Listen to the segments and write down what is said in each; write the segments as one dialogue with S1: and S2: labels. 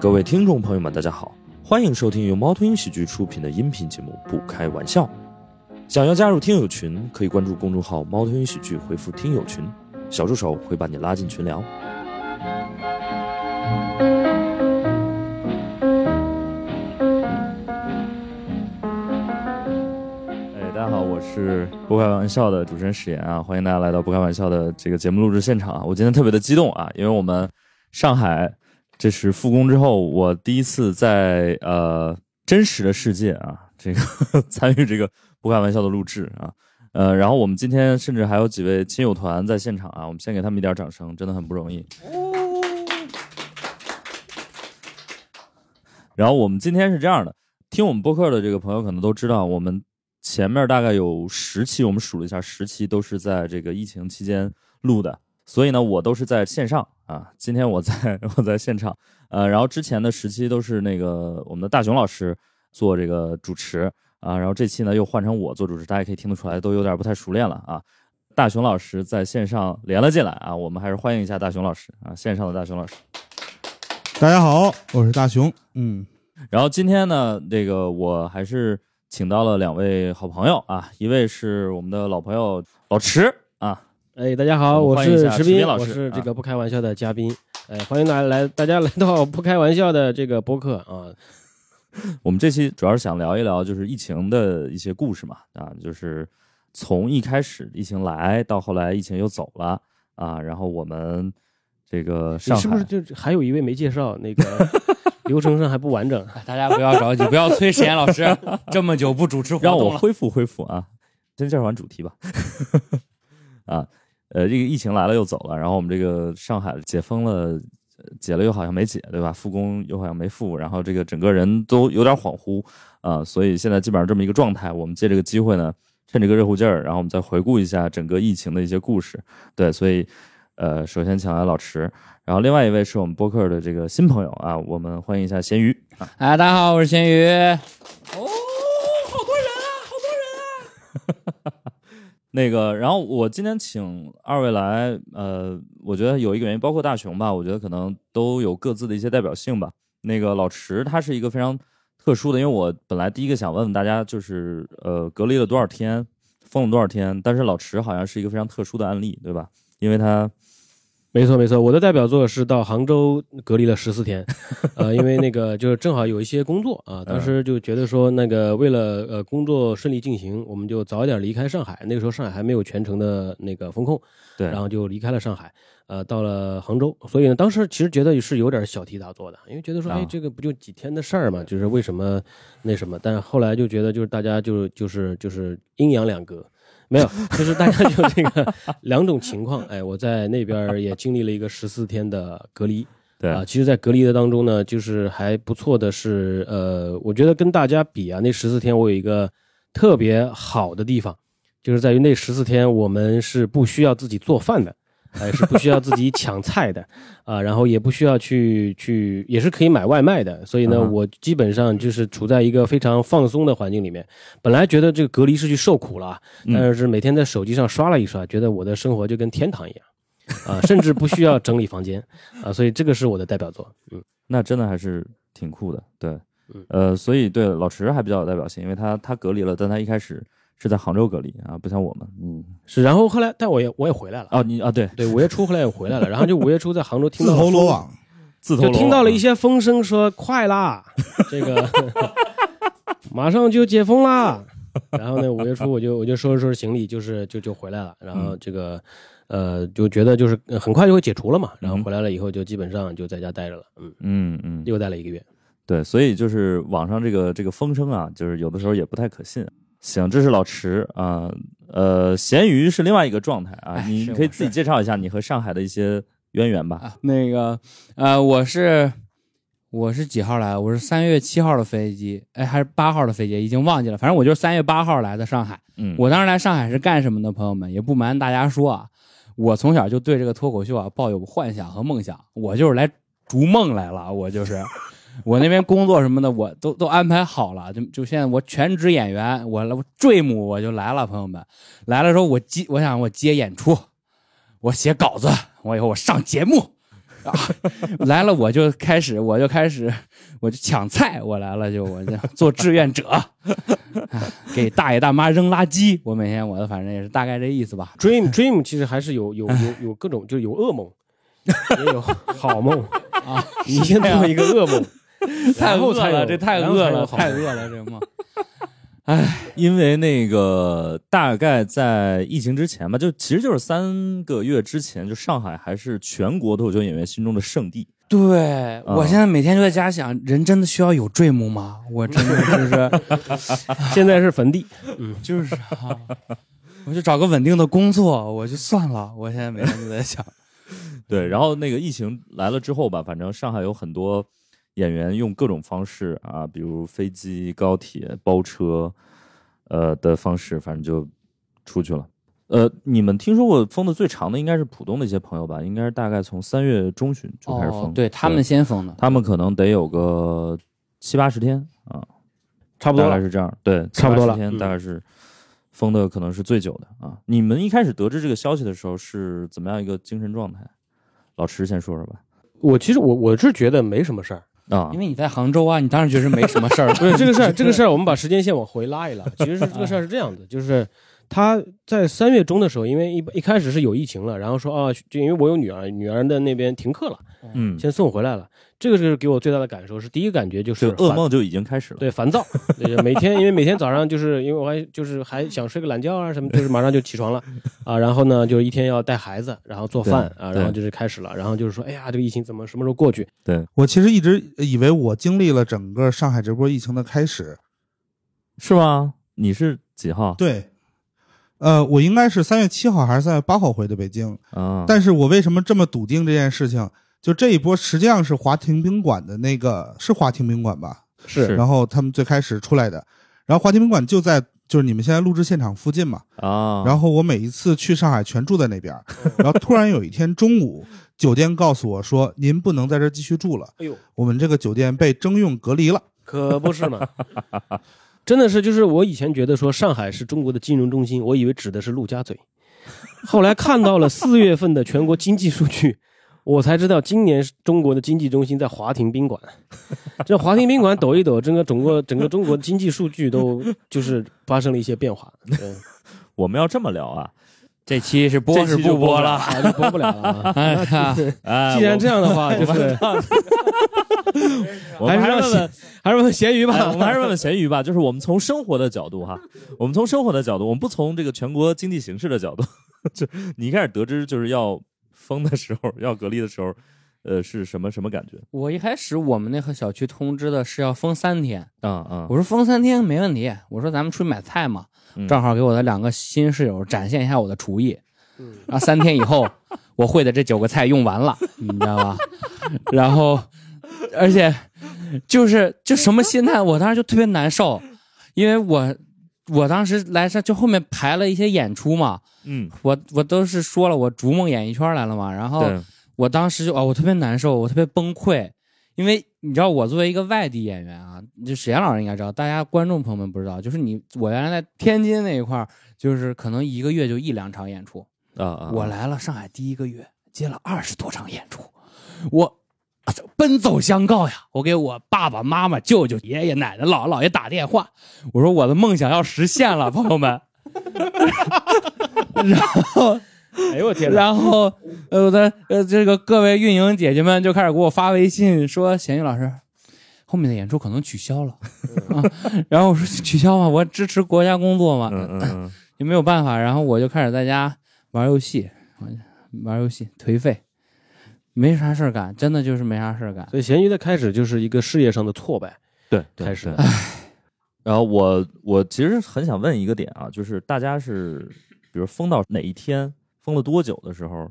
S1: 各位听众朋友们，大家好，欢迎收听由猫头鹰喜剧出品的音频节目《不开玩笑》。想要加入听友群，可以关注公众号“猫头鹰喜剧”，回复“听友群”，小助手会把你拉进群聊。
S2: 哎，大家好，我是不开玩笑的主持人史岩啊，欢迎大家来到不开玩笑的这个节目录制现场啊。我今天特别的激动啊，因为我们上海这是复工之后，我第一次在呃真实的世界啊，这个 参与这个不开玩笑的录制啊。呃，然后我们今天甚至还有几位亲友团在现场啊，我们先给他们一点掌声，真的很不容易。然后我们今天是这样的，听我们播客的这个朋友可能都知道，我们前面大概有十期，我们数了一下，十期都是在这个疫情期间录的，所以呢，我都是在线上啊。今天我在 我在现场，呃，然后之前的十期都是那个我们的大熊老师做这个主持啊，然后这期呢又换成我做主持，大家可以听得出来都有点不太熟练了啊。大熊老师在线上连了进来啊，我们还是欢迎一下大熊老师啊，线上的大熊老师。
S3: 大家好，我是大熊。嗯，
S2: 然后今天呢，这个我还是请到了两位好朋友啊，一位是我们的老朋友老池啊，
S4: 哎，大家好，
S2: 我
S4: 我
S2: 们欢迎一
S4: 是
S2: 下
S4: 池
S2: 池斌
S4: 斌，
S2: 老
S4: 我
S2: 师
S4: 是这
S2: 啊
S4: 个不开玩笑的嘉宾。哎，欢迎大家来，大家来到不开玩笑的这个播客啊。
S2: 我们这期主要是想聊一聊，就是疫情的一些故事嘛，啊，就是从一开始疫情来到后来疫情又走了啊，然后我们这个
S4: 你
S2: 上海
S4: 是不是就是还有一位没介绍？那个 流程上还不 完整。
S2: 哎
S5: 大家不要着急，不要催沈岩老师这么久不主持活
S2: 让我
S5: 动了。
S2: 恢复恢复啊，先介绍完主 题吧。啊，呃，这个疫情来了又走了，然后我们这个上海解封了，呃解了又好像没解，对吧？复工又好像没复，然后这个整个人都有点恍惚啊，所以现在基本上这么一个状态。我们借这个机会呢，趁这个热乎劲儿，然后我们再回顾一下整个疫情的一些故事。对，所以呃，首先请来老池，然后另外一位是我们播客的这个新朋友啊，我们欢迎一下咸鱼。
S5: 哎，大家好，我是咸鱼。
S2: 那个，然后我今天请二位来，呃，我觉得有一个原因，包括大熊吧，我觉得可能都有各自的一些代表性吧。那个老池他是一个非常特殊的，因为我本来第一个想问问大家，就是呃，隔离了多少天，封了多少天，但是老池好像是一个非常特殊的案例，对吧？因为他
S4: 没错没错，我的代表作是到杭州隔离了十四 天，呃，因为那个就是正好有一些工作
S2: 嗯
S4: 啊，当时就觉得说那个为了呃工作顺利进行，我们就早一点离开上海。那个时候上海还没有全程的那个风控，
S2: 对
S4: 然后就离开了上海，呃，到了杭州。所以呢，当时其实觉得是有点小题大做的，因为觉得说，
S2: 啊
S4: 哎，这个不就几天的事儿嘛，就是为什么那什么？但是后来就觉得，就是大家就就是就是阴阳两隔。没有， 就是大家就这个两种情况。哎，我在那边儿也经历了一个十四天的隔离，
S2: 对
S4: 啊，其实，在隔离的当中呢，就是还不错的是，呃，我觉得跟大家比啊，那十四天我有一个特别好的地方，就是在于那十四天我们是不需要自己做饭的，哎，是不需要自己抢菜的，啊，然后也不需要去去，也是可以买外卖的，所以呢，
S2: 嗯哼
S4: 我基本上就是处在一个非常放松的环境里面。本来觉得这个隔离是去受苦了啊，
S2: 嗯
S4: 但是每天在手机上刷了一刷，觉得我的生活就跟天堂一 样。啊，甚至不需要整理房间，啊，所以这个是我的代表作。嗯，
S2: 那真的还是挺酷的，对
S4: 嗯，
S2: 呃，所以对老池还比较有代表性，因为他他隔离了，但他一开始是在杭州隔离啊，不像我们，嗯，
S4: 是。然后后来，但我也我也回来了。
S2: 哦，你啊，对，
S4: 对，五月初回来我回来了，然后就五月初在杭州听
S3: 自
S4: 到了
S3: 投罗
S4: 风
S3: 网，
S2: 自投
S4: 就
S2: 罗
S4: 听到
S2: 网啊
S4: 了一些风声说快啦， 这个马上就解封啦。然后呢，五月初我就我就收拾收拾行李，就是就就回来了。然
S5: 嗯
S4: 后这个呃，就觉得就是呃很快就会解除了
S5: 嗯
S4: 嘛。然后回来了以后，就基本上就在家待着了，嗯，
S2: 嗯嗯，
S4: 又待了一个月。
S2: 对，所以就是网上这个这个风声啊，就是有的时候也不太可信。行，这是老池啊、呃，咸鱼是另外一个状态啊，
S5: 哎
S2: 你
S5: 是
S2: 你可以
S5: 我
S2: 自己介绍一下你和上海的一些渊源吧。
S5: 啊，那个，呃，我是我是几号来？我是三月七号的飞机，哎，还是八号的飞机？已经忘记了，反正我就是三月八号来的上海。
S2: 嗯，
S5: 我当时来上海是干什么呢？朋友们，也不瞒大家说啊，我从小就对这个脱口秀啊抱有幻想和梦想，我就是来逐梦来了，我就是。 我那边工作什么的，我都都安排好了，就就现在我全职演员，我我 dream 我就来了，朋友们，来了之后我接，我想我接演出，我写稿子，我以后我上节目，啊、啊， 来了我就开始，我就开始，我就抢菜，我来了就我就做志愿者，啊给大爷大妈扔垃圾。我每天我的反正也是大概这意思吧。
S4: dream dream 其实还是有有有有各种，就是有噩 梦，也有好梦
S5: 啊。
S4: 你先做一个噩梦，
S5: 太
S4: 然后
S5: 饿
S4: 才
S5: 了，
S4: 有
S5: 这太
S4: 然后
S5: 饿
S4: 才有
S5: 了，
S4: 好
S5: 太饿了，这梦。
S2: 因为那个大概在疫情之前吧，就其实就是三个月之前，就上海还是全国脱口秀演员心中的圣地。
S5: 对，我
S4: 嗯
S5: 现在每天就在家想，人真的需要有 dream 吗？我真的就是
S4: 现在是坟地，嗯
S5: 就是啊， 我就找个稳定的工作，我就算了。我现在每天就在想，
S2: 对，然后那个疫情来了之后吧，反正上海有很多演员用各种方式啊，比如飞机、高铁、包车，呃的方式，反正就出去了。呃，你们听说过封的最长的应该是浦东的一些朋友吧？应该是大概从三月中旬就开始封，
S5: 哦对他们先封的，
S2: 他们可能得有个七八十天啊，
S4: 差不多
S2: 大概
S4: 了。
S2: 是这样，对，
S4: 差不多了
S2: 70天
S4: 嗯
S2: 大概是封的可能是最久的啊。你们一开始得知这个消息的时候是怎么样一个精神状态？老池先说说吧。
S4: 我其实我我是觉得没什么事儿，
S2: 啊
S5: 因，为你在杭州啊，你当然觉得没什么 事儿了。
S4: 不是这个 事儿，这个事儿我们把时间线往回拉一拉。其实是这个事儿是这样的，就是他在三月中的时候，因为一一开始是有疫情了，然后说啊，就因为我有女儿，女儿的那边停课了，
S2: 嗯，
S4: 先送回来了。这个是给我最大的感受，是第一个感觉就是
S2: 这个噩
S4: 烦
S2: 梦就已经开始了。
S4: 对，烦躁。对每天因为每天早上就是因为我还就是还想睡个懒觉啊什么，就是马上就起 床了啊，然后呢就一天要带孩子，然后做饭啊，
S2: 对
S4: 然后就是开始了，然后就是说哎呀这个疫情怎么什么时候过去？
S3: 我其实一直以为我经历了整个上海这波疫情的开始。
S2: 是吗？你是几号？
S3: 对，呃，我应该是三月七号还是三月八号回的北京。
S2: 啊，
S3: 但是我为什么这么笃定这件事情？就这一波实际上是华亭宾馆的那个是华亭宾馆吧？
S2: 是
S3: 然后他们最开始出来的，然后华亭宾馆就在就是你们现在录制现场附近嘛。
S2: 啊，
S3: 然后我每一次去上海全住在那边儿，
S4: 哦
S3: 然后突然有一天中午，酒店告诉我说您不能在这儿继续住了，
S4: 哎呦，
S3: 我们这个酒店被征用隔离了。
S4: 可不是嘛。 真的是，就是我以前觉得说上海是中国的金融中心，我以为指的是陆家嘴，后来看到了四月份的全国经济数据， 我才知道今年中国的经济中心在华亭宾馆。这华亭宾馆抖一抖，整个整个整个中国经济数据都就是发生了一些变化。对，
S2: 我们要这么聊啊？
S5: 这期是播
S2: 这
S5: 是
S2: 期就
S5: 不播
S2: 播
S5: 了？
S4: 啊，就播不了 了。
S5: 哎呀，
S2: 哎，
S4: 既然这样的话，就是
S2: 我们，我们
S4: 还是让
S2: 问问，
S4: 还是问咸鱼
S2: 哎我
S4: 吧。
S2: 们还是问问咸鱼吧。就是我们从生活的角度哈，我们从生活的角度，我们不从这个全国经济形势的角度。 就你一开始得知就是要封的时候，要隔离的时候，呃，是什么什么感觉？
S5: 我一开始我们那个小区通知的是要封三天，
S2: 啊啊
S5: 我说封三天没问题，我说咱们出去买菜嘛
S2: 嗯，
S5: 正好给我的两个新室友展现一下我的厨艺。
S4: 嗯
S5: 然后三天以后我会的这九个菜用完了，你知道吧？ 然后，而且就是就什么心态，我当时就特别难受，因为我我当时来上就后面排了一些演出嘛，
S2: 嗯，
S5: 我我都是说了我逐梦演艺圈来了嘛，然后
S2: 对，
S5: 我当时就啊、我特别难受，我特别崩溃，因为你知道，我作为一个外地演员啊，就史岩老师应该知道，大家观众朋友们不知道，就是你我原来在天津那一块儿，就是可能一个月就一两场演出，
S2: 啊啊，
S5: 我来了上海第一个月，接了二十多场演出，我啊奔走相告呀！我给我爸爸妈妈、舅舅、爷爷奶奶、姥姥姥爷打电话，我说我的梦想要实现了，朋友们。 然后，
S4: 哎呦我天哪！
S5: 然后，呃，我的呃，这个各位运营姐姐们就开始给我发微信说，咸鱼老师。后面的演出可能取消了，
S4: 嗯
S5: 啊，然后我说取消吗？我支持国家工作嘛，
S2: 嗯嗯嗯，
S5: 也没有办法，然后我就开始在家玩游戏，玩游戏颓废，没啥事儿干，真的就是没啥事儿干。
S4: 所以咸鱼的开始就是 一个事业上的挫败。
S2: 对，对
S4: 开始
S2: 对然后我我其实很想问一个点啊，就是大家是比如封到哪一天，封了多久的时候，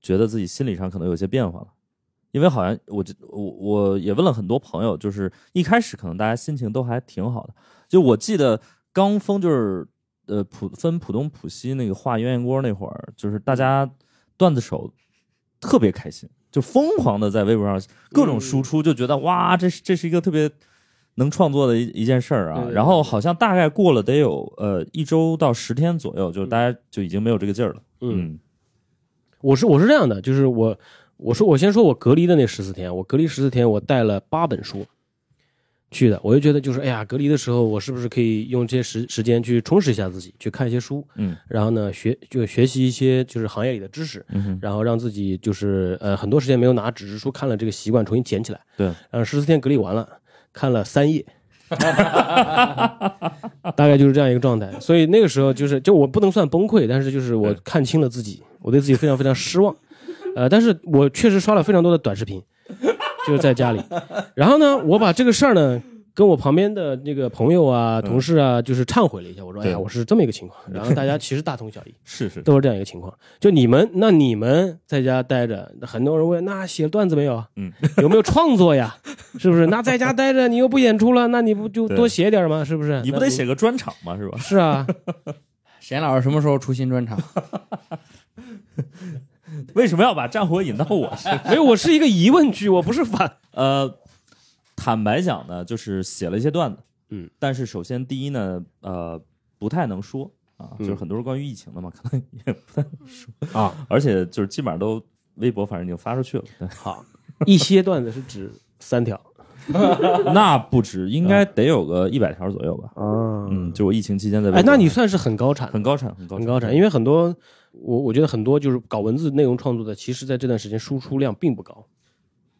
S2: 觉得自己心理上可能有些变化了？因为好像我就我我也问了很多朋友，就是一开始可能大家心情都还挺好的，就我记得刚封就是呃浦分浦东浦西那个画鸳鸯锅那会儿，就是大家段子手特别开心，就疯狂的在微博
S4: 嗯
S2: 上各种输出，就觉得哇，这是这是一个特别能创作的一一件事儿啊
S4: 对。对
S2: 然后好像大概过了得有呃一周到十天
S4: 嗯
S2: 嗯左右，就是大家就已经没有这个劲儿了。
S4: 嗯，我是我是这样的，就是我我说我先说我隔离的那十四天，我隔离十四天，我带了八本书去的，我就觉得就是哎呀，隔离的时候我是不是可以用这些时时间去充实一下自己，去看一些书，
S2: 嗯，
S4: 然后呢学就学习一些就是行业里的知识，
S2: 嗯哼，
S4: 然后让自己就是呃很多时间没有拿纸质书看了，这个习惯重新捡起来。
S2: 对，
S4: 然后十四天隔离完了，看了三 页，大概就是这样一个状态。所以那个时候就是就我不能算崩溃，但是就是我
S2: 对
S4: 看清了自己，我对自己非常非常失望。呃，但是我确实刷了非常多的短视 频，就是在家里。然后呢，我把这个事儿呢。跟我旁边的那个朋友啊、同事啊，就是忏悔了一下，我说：“哎
S2: 嗯对
S4: 呀，我是这么一个情况。”然后大家其实大同小异，
S2: 是是，
S4: 都是这样一个情况。就你们，那你们在家待着，很多人问，那写段子没有啊？
S2: 嗯，
S4: 有没有创作呀？是不是？那在家待着，你又不演出了，那你不就
S2: 对
S4: 多写点吗？是不是？
S2: 你不
S4: 那
S2: 得写个专场吗？是吧？
S4: 是啊，
S5: 沈岩老师什么时候出新专场？
S2: 为什么要把战火引到我身？
S4: 哎没有，我是一个疑问句，我不是反。
S2: 呃，坦白讲呢，就是写了一些段子，
S4: 嗯，
S2: 但是首先第一呢，呃，不太能说啊，
S4: 嗯
S2: 就是很多是关于疫情的嘛，可能也不太能说
S4: 啊。
S2: 而且就是基本上都微博，反正已经发出去了。对
S4: 好，一些段子是指三条
S2: 那不止，应该得有个一百条左右吧。
S4: 啊。
S2: 嗯，就我疫情期间在微博
S4: 哎，那你算是很高产，
S2: 很高产，很高
S4: 很高产，因为很多我我觉得很多就是搞文字内容创作的，其实在这段时间输出量并不高。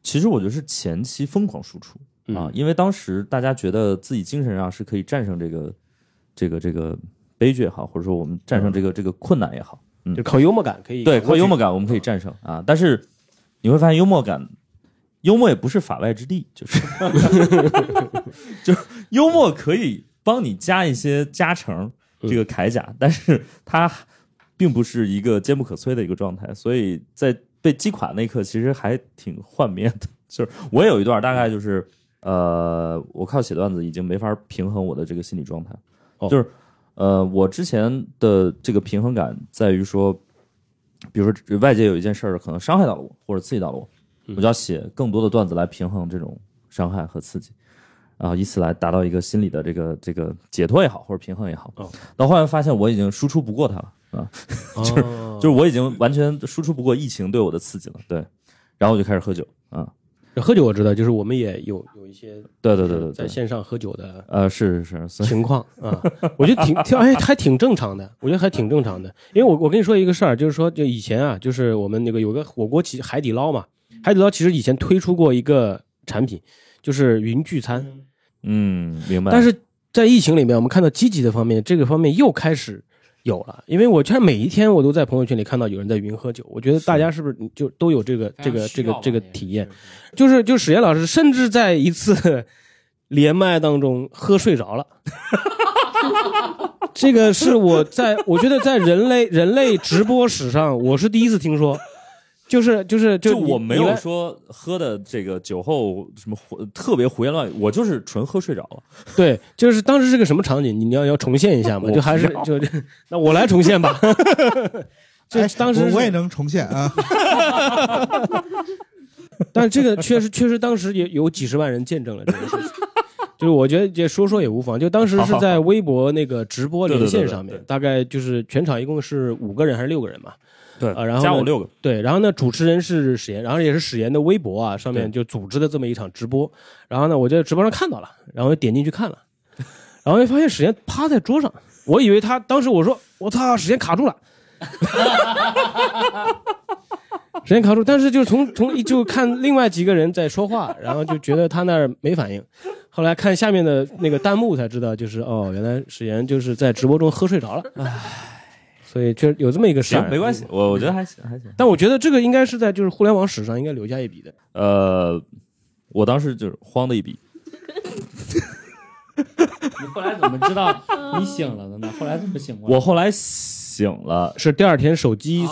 S2: 其实我觉得是前期疯狂输出
S4: 嗯
S2: 啊，因为当时大家觉得自己精神上是可以战胜这个这个这个悲剧也好，或者说我们战胜这个这个困难也好，嗯
S4: 就靠幽默感可以
S2: 对，
S4: 扛过
S2: 靠
S4: 去
S2: 幽默感我们可以战胜啊。但是你会发现幽默感，幽默也不是法外之地，就是 就是幽默可以帮你加一些加成这个铠甲，但是它并不是一个坚不可摧的一个状态，所以在被击垮那一刻，其实还挺幻灭的。 就是我有一段大概就是呃，我靠写段子已经没法平衡我的这个心理状态，
S4: 哦
S2: 就是呃，我之前的这个平衡感在于说，比如说外界有一件事儿可能伤害到了我，或者刺激到了我，
S4: 嗯
S2: 我就要写更多的段子来平衡这种伤害和刺激，然后以此来达到一个心理的这个这个解脱也好，或者平衡也好
S4: 哦。
S2: 到后来发现我已经输出不过它了啊，
S4: 就是
S2: 就是我已经完全输出不过疫情对我的刺激了，对，然后我就开始喝酒啊，
S4: 喝酒我知道，就是我们也有有一些
S2: 对对对对
S4: 在
S2: 对，
S4: 线上喝酒的
S2: 呃，是是是，所以
S4: 情况啊， 我觉得挺挺哎还挺正常的，我觉得还挺正常的。因为我我跟你说一个事儿，就是说就以前啊，就是我们那个有个火锅其海底捞嘛，海底捞其实以前推出过一个产品，就是云聚餐，
S2: 嗯，明白。
S4: 但是在疫情里面，我们看到积极的方面，这个方面又开始有了。因为我看每一天我都在朋友圈里看到有人在云喝酒，我觉得大家是不是就都有这个这个这个这个体验？就是就史岩老师，甚至在一次连麦当中喝睡着了。 这个是我在我觉得在人类人类直播史上，我是第一次听说，就是就是就
S2: 就我
S4: 你
S2: 没
S4: 你
S2: 有
S4: 来
S2: 说喝的这个酒后什么胡特别胡言乱语，我就是纯喝睡着了。
S4: 对，就是当时是个什么场景？你要要重现一下嘛？
S2: 我
S4: 就还是
S2: 不要
S4: 就那我来重现吧。这
S3: 哎
S4: 当时
S3: 我
S4: 是
S3: 我也能重现 啊，
S4: 但是这个确实确实当时也有几十万人见证了这个事情。就是我觉得也说说也无妨，就当时是在微博那个直播连线上面，大概就是全场一共是五个人还是六个人嘛？
S2: 对
S4: 啊然后呢
S2: 加我六个，
S4: 对，然后呢，主持人是史岩，然后也是史岩的微博啊上面就组织的这么一场直播，然后呢，我在直播上看到了，然后就点进去看了，然后就发现史岩趴在桌上，我以为他当时我说我操，史岩卡住了。史岩卡住，但是就从从就看另外几个人在说话，然后就觉得他那儿没反应，后来看下面的那个弹幕才知道，就是哦，原来史岩就是在直播中喝睡着了，唉，所以确实有这么一个事
S2: 行
S4: 儿，，
S2: 没关系，我我觉得还行还行。
S4: 但我觉得这个应该是在就是互联网史上应该留下一笔的。
S2: 呃，我当时就是慌的一笔，
S5: 你后来怎么 知道你醒了的呢？后来怎么醒过来？
S2: 我后来醒了。
S4: 是第二天手机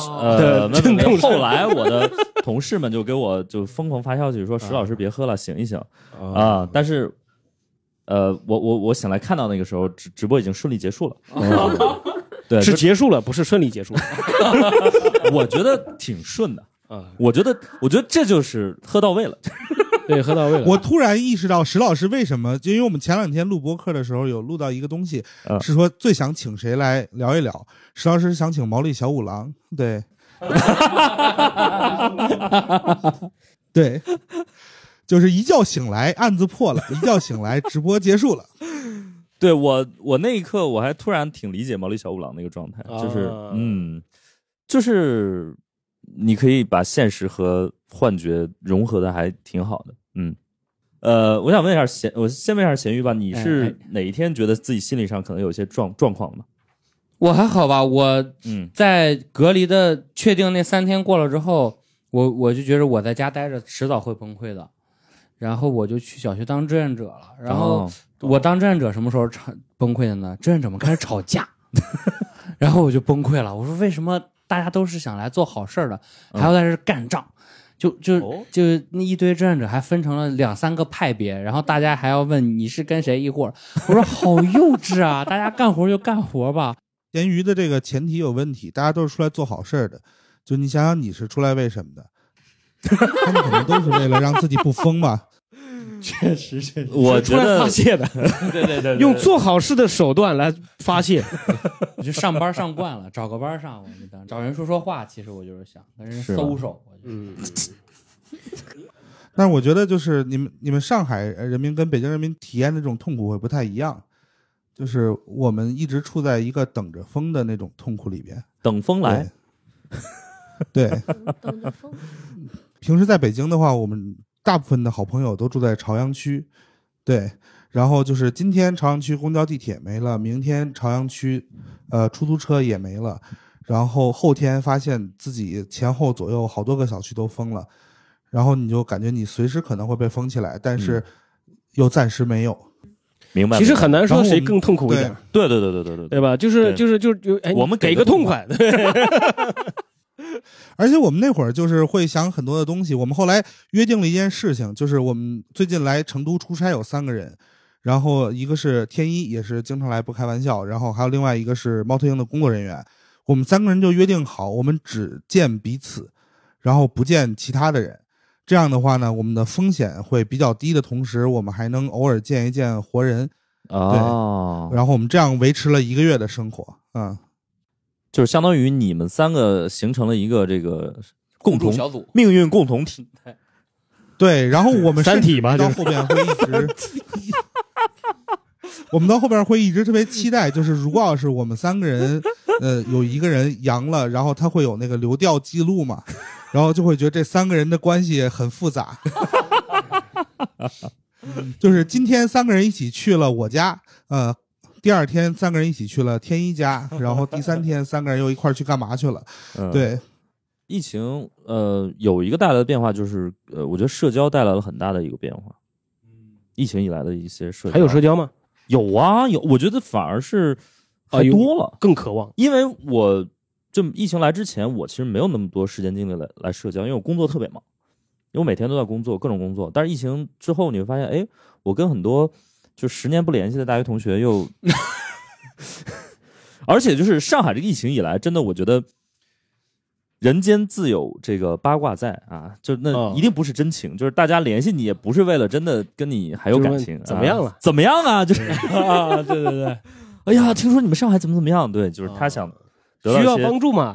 S4: 的
S2: 呃，没没
S4: 震
S2: 没
S4: 动
S2: 后来 我的同事们就给我就疯狂发消息说：“石
S4: 啊
S2: 老师别喝了，醒一醒
S4: 哦
S2: 啊！”但是，呃，我我我醒来看到那个时候直直播已经顺利结束了，
S4: 哦
S2: 对，
S4: 是结束了，不是顺利结束
S2: 我觉得挺顺的，
S4: 啊。
S2: 我觉得我觉得这就是喝到位了，
S4: 对，喝到位了。
S3: 我突然意识到石老师为什么，就因为我们前两天录播客的时候有录到一个东西，
S2: 嗯
S3: 是说最想请谁来聊一聊。石老师想请毛利小五郎，对，对，就是一觉醒来案子破了，一觉醒来直播结束了。
S2: 对我，我那一刻我还突然挺理解毛利小五郎那个状态，
S4: 啊
S2: 就是、嗯，就是你可以把现实和幻觉融合的还挺好的，嗯。呃，我想问一下咸，我先问一下咸鱼吧，你
S5: 哎哎
S2: 是哪一天觉得自己心理上可能有一些状状况吗？
S5: 我还好吧，我
S2: 嗯，
S5: 在隔离的确定那三天过了之后，我我就觉得我在家待着迟早会崩溃的，然后我就去小学当志愿者了。然后
S2: 哦
S5: 我当志愿者什么时候吵崩溃的呢？志愿者们开始吵 架，然后我就崩溃了。我说为什么大家都是想来做好事儿的，还要在这儿干仗？就就
S2: 嗯哦
S5: 就那一堆志愿者还分成了两三个派别，然后大家还要问你是跟谁一伙儿。我说好幼稚啊！大家干活就干活吧，
S3: 咸鱼的这个前提有问题，大家都是出来做好事儿的，就你想想你是出来为什么的？他们可能都是为了让自己不疯吧。
S5: 确实确实
S2: 我
S4: 出
S2: 觉
S4: 来
S2: 得
S4: 发泄的，
S2: 对对对
S4: 用做好事的手段来发泄。
S5: 我就上班上惯了，找个班上，我就当找人说说话。其实我就是想跟人
S2: 是吧
S5: 搜手，我就
S4: 嗯，
S3: 但是我觉得就是你们你们上海人民跟北京人民体验的这种痛苦会不太一样，就是我们一直处在一个等着疯的那种痛苦里边。
S2: 等风来，
S3: 对，
S4: 嗯
S6: 等着风。
S3: 平时在北京的话，我们大部分的好朋友都住在朝阳区，对。然后就是今天朝阳区公交、地铁没了，明天朝阳区，呃，出租车也没了，然后后天发现自己前后左右好多个小区都封了，然后你就感觉你随时可能会被封起来，但是又暂时没有。
S2: 嗯明白？
S4: 其实
S2: 明白
S4: 很难说谁更痛苦一
S3: 对
S4: 点，，
S2: 对对对对对对
S4: 对吧？就是
S2: 对
S4: 就是就是就，哎，
S2: 我们
S4: 给
S2: 给
S4: 个
S2: 个
S4: 痛
S2: 痛
S4: 快，
S3: 而且我们那会儿就是会想很多的东西。我们后来约定了一件事情，就是我们最近来成都出差有三个人，然后一个是天一，也是经常来不开玩笑，然后还有另外一个是猫头鹰的工作人员。我们三个人就约定好，我们只见彼此，然后不见其他的人。这样的话呢，我们的风险会比较低的同时，我们还能偶尔见一见活人。
S2: 对哦，
S3: 然后我们这样维持了一个月的生活。嗯，
S2: 就是相当于你们三个形成了一个这个共同
S5: 小组
S2: 命运共同体，
S3: 对，然后我们
S4: 三
S3: 甚
S4: 体
S3: 至
S4: 吧
S3: 到
S4: 就
S3: 后边会一直，我们到后边会一直特别期待，就是如果要是我们三个人，呃，有一个人阳了，然后他会有那个流调记录嘛，然后就会觉得这三个人的关系很复杂。就是今天三个人一起去了我家，呃，第二天三个人一起去了天一家，然后第三天三个人又一块儿去干嘛去了？
S2: 嗯，
S3: 对，
S2: 疫情，呃，有一个带来的变化就是，呃，我觉得社交带来了很大的一个变化。疫情以来的一些社交，
S4: 还有社交吗？
S2: 有啊有，我觉得反而是
S4: 啊
S2: 还
S4: 有
S2: 多了，
S4: 更渴望
S2: 因为我就疫情来之前，我其实没有那么多时间精力来来社交，因为我工作特别忙，因为我每天都在工作，各种工作。但是疫情之后，你会发现，哎，我跟很多就十年不联系的大学同学又，而且就是上海这个疫情以来，真的我觉得。人间自有这个八卦在啊，就那
S4: 嗯
S2: 一定不是真情，就是大家联系你也不是为了真的跟你还有
S4: 就是
S2: 感
S4: 问
S2: 情，
S4: 怎么样了
S2: 啊？怎么样啊？就是，
S4: 啊！对对对，啊
S2: 哎呀，听说你们上海怎么怎么样？对，就是他想得到
S4: 需
S2: 一
S4: 要
S2: 些
S4: 帮助嘛？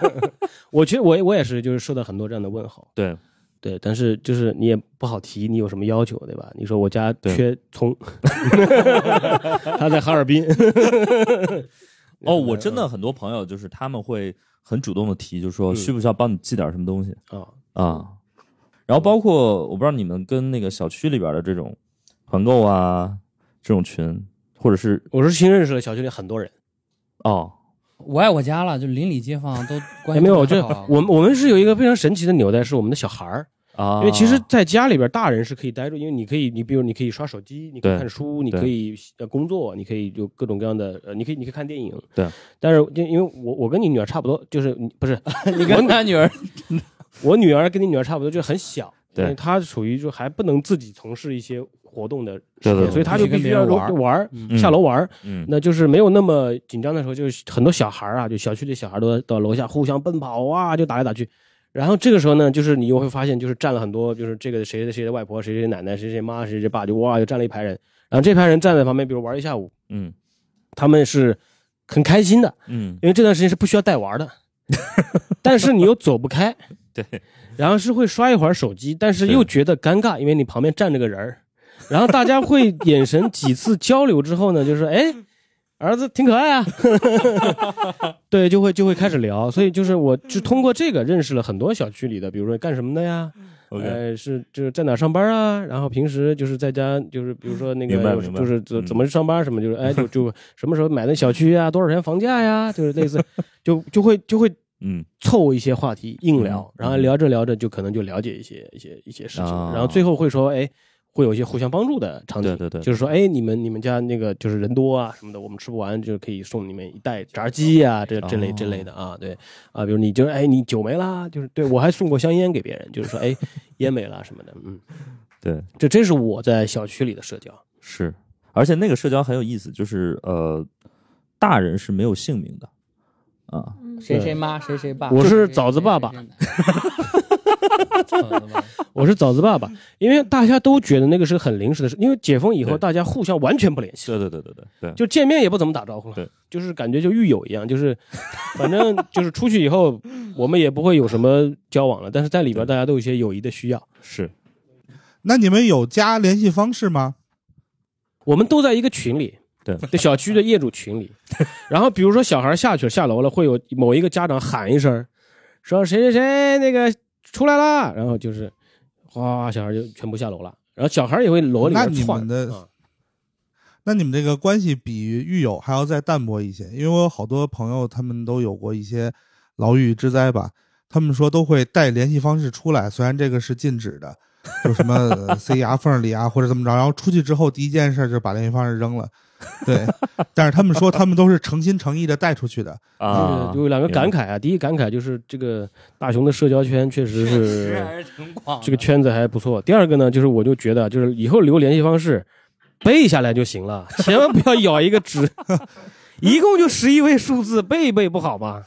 S4: 我觉得我也我也是，就是受到很多这样的问候。
S2: 对
S4: 对，但是就是你也不好提你有什么要求，对吧？你说我家
S2: 对
S4: 缺 葱，他在哈尔滨。
S2: 哦，
S4: 嗯
S2: 我真的很多朋友就是他们会很主动的提，就说
S4: 嗯
S2: 需不需要帮你寄点什么东西
S4: 啊，
S2: 啊？然后包括我不知道你们跟那个小区里边的这种团购啊这种群，或者是
S4: 我是新认识了小区里很多人，
S2: 哦
S5: 我爱我家了，就邻里街坊 都关
S4: 哎，
S5: 系
S4: 没有，我觉
S5: 特别
S4: 得
S5: 好啊
S4: 我们我们是有一个非常神奇的纽带，是我们的小孩儿，
S2: 啊，
S4: 因为其实在家里边大人是可以待住，因为你可以，你比如你可以刷手机，你可以
S2: 对
S4: 看书，你
S2: 对
S4: 可以呃工作，你可以就各种各样的，呃，你可以你可以看电影，
S2: 对。
S4: 但是就因为我我跟你女儿差不多，就是你不是
S5: 你跟他女儿，
S4: 我女儿跟你女儿差不多，就很小，
S2: 对
S4: 因为她属于就还不能自己从事一些活动的事业，
S2: 对对对
S4: 所以她就必须要
S5: 必须跟别人玩儿
S4: 玩儿
S5: 嗯
S4: 下楼玩儿，
S2: 嗯
S4: 那就是没有那么紧张的时候，就是很多小孩儿啊，就小区里小孩儿都到楼下互相奔跑啊，就打来打去。然后这个时候呢，就是你又会发现，就是站了很多，就是这个谁谁谁的外婆，谁谁奶奶，谁谁妈，谁谁爸，就哇，就站了一排人。然后这排人站在旁边，比如玩一下午，
S2: 嗯
S4: 他们是很开心的，
S2: 嗯
S4: 因为这段时间是不需要带娃的，但是你又走不开，
S2: 对，
S4: 然后是会刷一会儿手机，但是
S2: 对
S4: 又觉得尴尬，因为你旁边站着个人儿，然后大家会眼神几次交流之后呢，就是哎，儿子挺可爱啊， 对，就会就会开始聊，所以就是我就通过这个认识了很多小区里的，比如说干什么的呀，
S2: ，OK，
S4: 呃，是就是在哪上班啊？然后平时就是在家，就是比如说那个
S2: 明白
S4: 有
S2: 明白
S4: 就是怎
S2: 嗯
S4: 怎么上班什么，就是 哎就就什么时候买的小区啊，多少钱房价呀、就是类似，就就会就会
S2: 嗯，
S4: 凑一些话题硬聊，
S2: 嗯
S4: 然后聊着聊着就可能就了解一些一些一些事情，
S2: 啊
S4: 然后最后会说哎。会有一些互相帮助的场景，
S2: 对对对
S4: 就是说，哎，你们你们家那个就是人多啊什么的，我们吃不完就可以送你们一袋炸鸡啊，这这类
S2: 哦
S4: 这类的啊，对啊，比如你就是哎，你酒没啦，就是对我还送过香烟给别人，就是说哎，烟没啦什么的，嗯，
S2: 对，
S4: 这这是我在小区里的社交，
S2: 是，而且那个社交很有意思，就是呃，大人是没有姓名的啊，
S5: 嗯谁谁妈，谁谁爸，
S4: 我 是
S5: 谁
S4: 枣子爸爸。
S5: 谁谁奶枣子爸爸
S4: 我是枣子爸爸，因为大家都觉得那个是很临时的事，因为解封以后
S2: 对
S4: 大家互相完全不联系，
S2: 对对对对对对，
S4: 就见面也不怎么打招呼了，
S2: 对，
S4: 就是感觉就狱友一样，就是反正就是出去以后，我们也不会有什么交往了，但是在里边大家都有一些友谊的需要，
S2: 是
S3: 那你们有加联系方式吗？
S4: 我们都在一个群里，
S2: 对
S4: 对，小区的业主群里， 然后比如说小孩下去了下楼了，会有某一个家长喊一声，说谁谁谁那个出来啦，然后就是哗，小孩就全部下楼了，然后小孩也会楼里
S3: 那
S4: 面
S3: 你
S4: 窜
S3: 们的
S4: 啊
S3: 那你们这个关系比狱友还要再淡薄一些，因为我有好多朋友，他们都有过一些牢狱之灾吧。他们说都会带联系方式出来，虽然这个是禁止的，有什么呃塞牙缝里啊，或者怎么着。然后出去之后，第一件事就是把联系方式扔了。对，但是他们说他们都是诚心诚意的带出去的。
S2: 啊，
S4: 就是有两个感
S2: 明白，
S4: 慨啊，第一感慨就是这个大熊的社交圈确实是
S5: 是挺
S2: 啊
S5: 广的
S4: 这个圈子还不错。第二个呢，就是我就觉得，啊就是以后留联系方式背下来就行了，千万不要咬一个纸， 一共就十一位数字，背一背不好吗？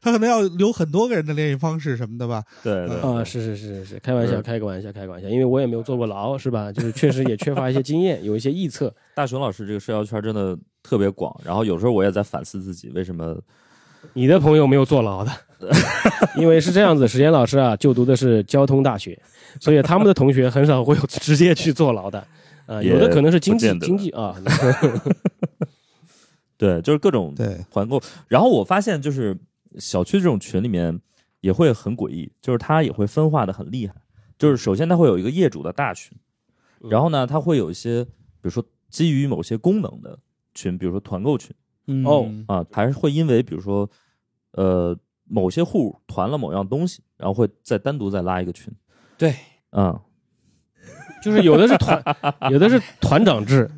S3: 他可能要留很多个人的联系方式什么的吧。
S2: 对对
S4: 啊，是是是是是，开玩
S2: 是
S4: 笑，开个玩笑，开个玩笑，因为我也没有坐过牢，是吧？就是确实也缺乏一些经验，有一些臆测。
S2: 大熊老师这个社交圈真的特别广，然后有时候我也在反思自己为什么
S4: 你的朋友没有坐 牢的，因为是这样子，史岩老师啊，就读的是交通大学，所以他们的同学很少会有直接去坐牢的，啊、有的可能是经
S2: 也
S4: 济
S2: 不见得
S4: 经 济啊，
S2: 对，就是各种
S3: 对，
S2: 团购。然后我发现就是小区这种群里面也会很诡异，就是它也会分化的很厉害。就是首先它会有一个业主的大群，
S4: 嗯
S2: 然后呢，它会有一些比如说基于某些功能的群，比如说团购群
S4: 哦
S5: 嗯
S2: 啊，还是会因为比如说呃某些户团了某样东西，然后会再单独再拉一个群。
S5: 对，
S2: 嗯，
S4: 就是有的是团， 有的是团长制，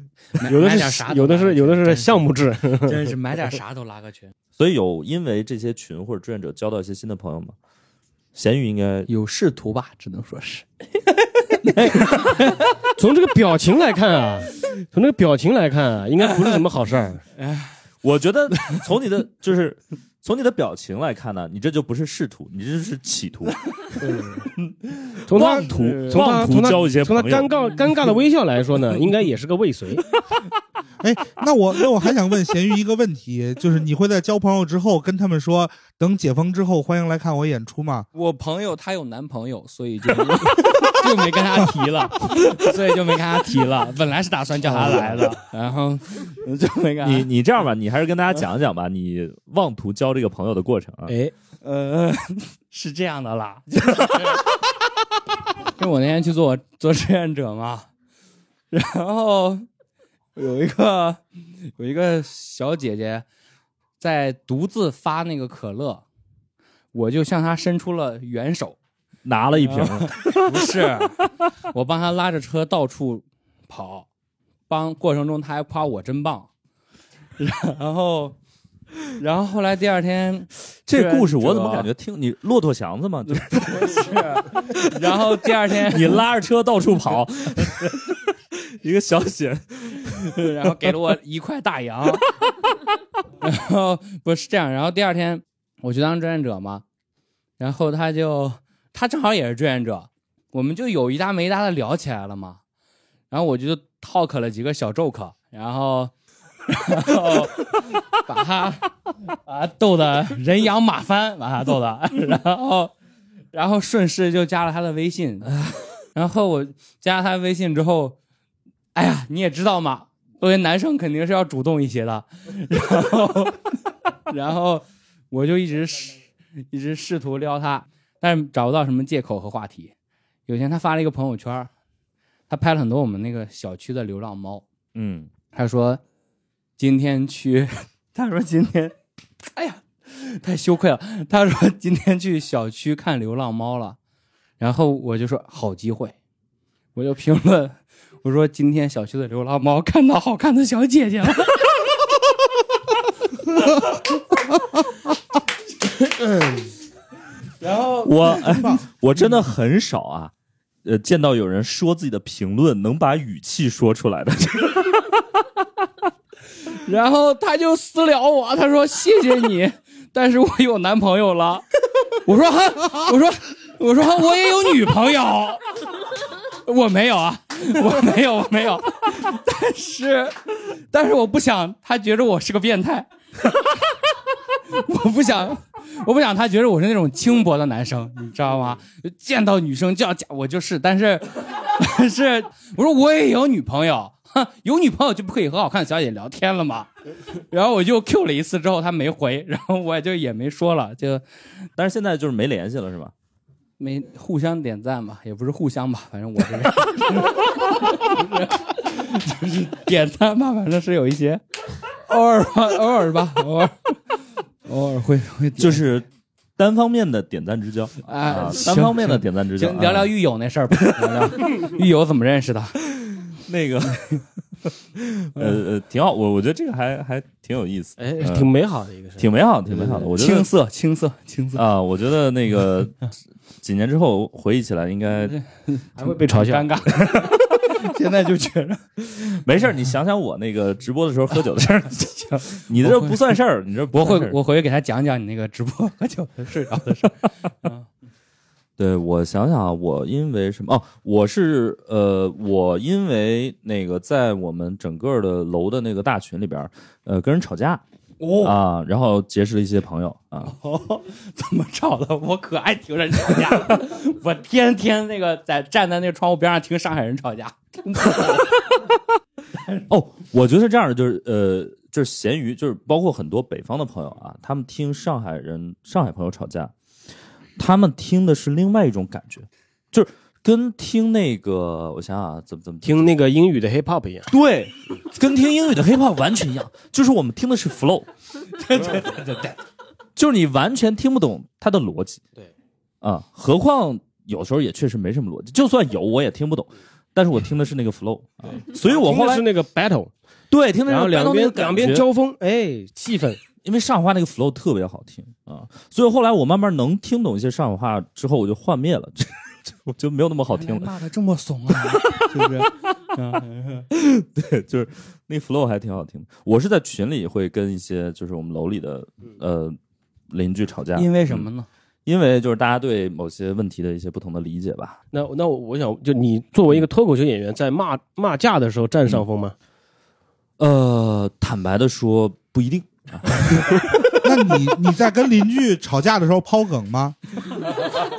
S5: 买
S4: 有的
S5: 买点
S4: 是
S5: 啥
S4: 有的
S5: 都拉
S4: 是
S5: 个
S4: 有的
S5: 群
S4: 是
S5: 真
S4: 项目制，
S5: 真是买点啥都拉个群。
S2: 所以有因为这些群或者志愿者交到一些新的朋友吗？咸鱼应该
S5: 有仕途吧，只能说是。
S4: 从这个表情来看啊，从这个表情来看啊，应该不是什么 好事儿。
S2: 我觉得从你的就是从你的表情来看呢、你这就不是试图，你这是企图。
S5: 嗯
S4: 从他
S2: 妄图
S4: 呃从
S2: 妄
S4: 他
S2: 图
S4: 从他
S2: 交一些
S4: 从他
S2: 朋友
S4: 尴尬尴尬的微笑来说呢，应该也是个未遂。
S3: 哎，那我那我还想问咸鱼一个问题，就是你会在交朋友之后跟他们说，等解封之后欢迎来看我演出吗？
S5: 我朋友她有男朋友，所 以就就没跟她提了，所以就没跟她提了。本来是打算叫她来的， 然后就没跟她
S2: 你你这样吧，你还是跟大家讲讲吧，你妄图交这个朋友的过程啊。
S4: 哎，
S5: 呃， 是这样的啦， 就是因为我那天去做做志愿者嘛，然后有一个有一个小姐姐在独自发那个可乐，我就向她伸出了援手，
S2: 拿了一瓶，
S5: 不是，我帮她拉着车到处跑，帮过程中她还夸我真棒，然后然后后来第二天。
S2: 这故事我怎么
S5: 这
S2: 感觉听你骆驼祥 子嘛？就是
S5: 然后第二天，
S2: 你拉着车到处 跑，一个小姐，
S5: 然后给了我一块大洋，然后不是这样，然后第二天我去当志愿者嘛，然后他就他正好也是志愿者，我们就有一搭没一搭的聊起来了嘛，然后我就 talk 了几个小 joke，然后然后把他把啊，逗得人仰马翻，把他逗的，然后然后顺势就加了他的微信， 然后我加了他微信之后，哎呀，你也知道嘛，作为男生肯定是要主动一些的，然后 然后我就一直试一直试图撩他，但是找不到什么借口和话题。有一天他发了一个朋友圈儿，他拍了很多我们那个小区的流浪猫，
S2: 嗯，
S5: 他说今天去，他说今天，哎呀，太羞愧了。他说今天去小区看流浪猫了，然后我就说好机会，我就评论我说今天小区的流浪猫看到好看的小姐姐了。然后
S2: 我哎，我真的很少啊，呃，见到有人说自己的评论能把语气说出来的，
S5: 然后他就私聊我，他说谢谢你，但是我有男朋友了。我说哈，我说我说哈我也有女朋友，我没有啊，我没有我没有， 但是但是我不想他觉得我是个变态，我不想我不想他觉得我是那种轻薄的男生，你知道吗？见到女生就要假，我就是，但是 但是我说我也有女朋友。哼，有女朋友就不可以和好看的小姐姐聊天了吗？然后我就 Q 了一次之后，他没回，然后我也就也没说了，就
S2: 但是现在就是没联系了，是吧？
S5: 没互相点赞吧，也不是互相吧，反正我这边 就是点赞吧，反正是有一些，偶尔吧，偶尔吧，偶尔偶尔会会点
S2: 就是单方面的点赞之交
S5: 啊
S2: 啊，，
S5: 行
S2: 单方面的点赞之交。
S5: 行，聊聊
S2: 啊
S5: 狱友那 事儿吧，聊聊狱友怎么认识的？
S2: 那个， 呃呃，挺好，我我觉得这个还还挺有意思，
S4: 哎
S5: 呃
S2: 嗯，
S4: 挺美好的一个事儿。
S2: 挺美好的，挺美好的。我觉
S5: 青
S2: 得
S5: 涩，青涩，青 涩，
S2: 啊，我觉得那个 几年之后回忆起来，应该
S4: 还会被嘲笑
S5: 尴尬。现在就觉 得
S2: 没事儿。你想想我那个直播的时候喝酒 的事儿，你这不算事儿，你这不
S5: 我
S2: 算事 儿
S5: 会我回去给他讲讲你那个直播喝酒睡着的事儿。
S2: 对我想想啊，我因为什么？哦，我是呃，我因为那个在我们整个的楼的那个大群里边儿，呃，跟人吵架
S5: 哦，
S2: 啊，然后结识了一些朋友啊。
S5: 怎么吵的？我可爱听人吵架 了，我天天那个在站在那个窗户边上听上海人吵 架。
S2: 哦，我觉得是这样的，就是呃，就是闲鱼，就是包括很多北方的朋友啊，他们听上海人、上海朋友吵架，他们听的是另外一种感觉，就是跟听那个，我想想啊，怎么怎么听。
S4: 听那个英语的 hip hop 一样，
S2: 对，跟听英语的 hiphop 完全一样，就是我们听的是 flow，
S5: 对对对，
S2: 就是你完全听不懂它的逻辑。
S4: 对，
S2: 啊，何况有时候也确实没什么逻辑，就算有我也听不懂，但是我听的是那个 flow，、啊、 所以我后
S4: 听的
S2: 来
S4: 是那个 battle，
S2: 对听的
S4: 然后
S2: 是
S4: 两边两边
S2: 交，
S4: 交锋，哎，气氛
S2: 因为上海话那个 flow 特别好听
S7: 呃
S2: 啊，所以后来我慢慢能听懂一些上海话之后，我就幻灭了， 我就没有那么好听了，
S5: 骂的这么怂啊，是不是？
S2: 对，就是那 flow 还挺好听的。我是在群里会跟一些就是我们楼里的呃邻居吵架，嗯
S5: 因为什么呢？
S2: 因为就是大家对某些问题的一些不同的理解吧。
S4: 那那我我想，就你作为一个脱口秀演员，在骂骂架的时候占上风吗？
S2: 呃，坦白的说，不一定。
S3: 那你你在跟邻居吵架的时候抛梗吗？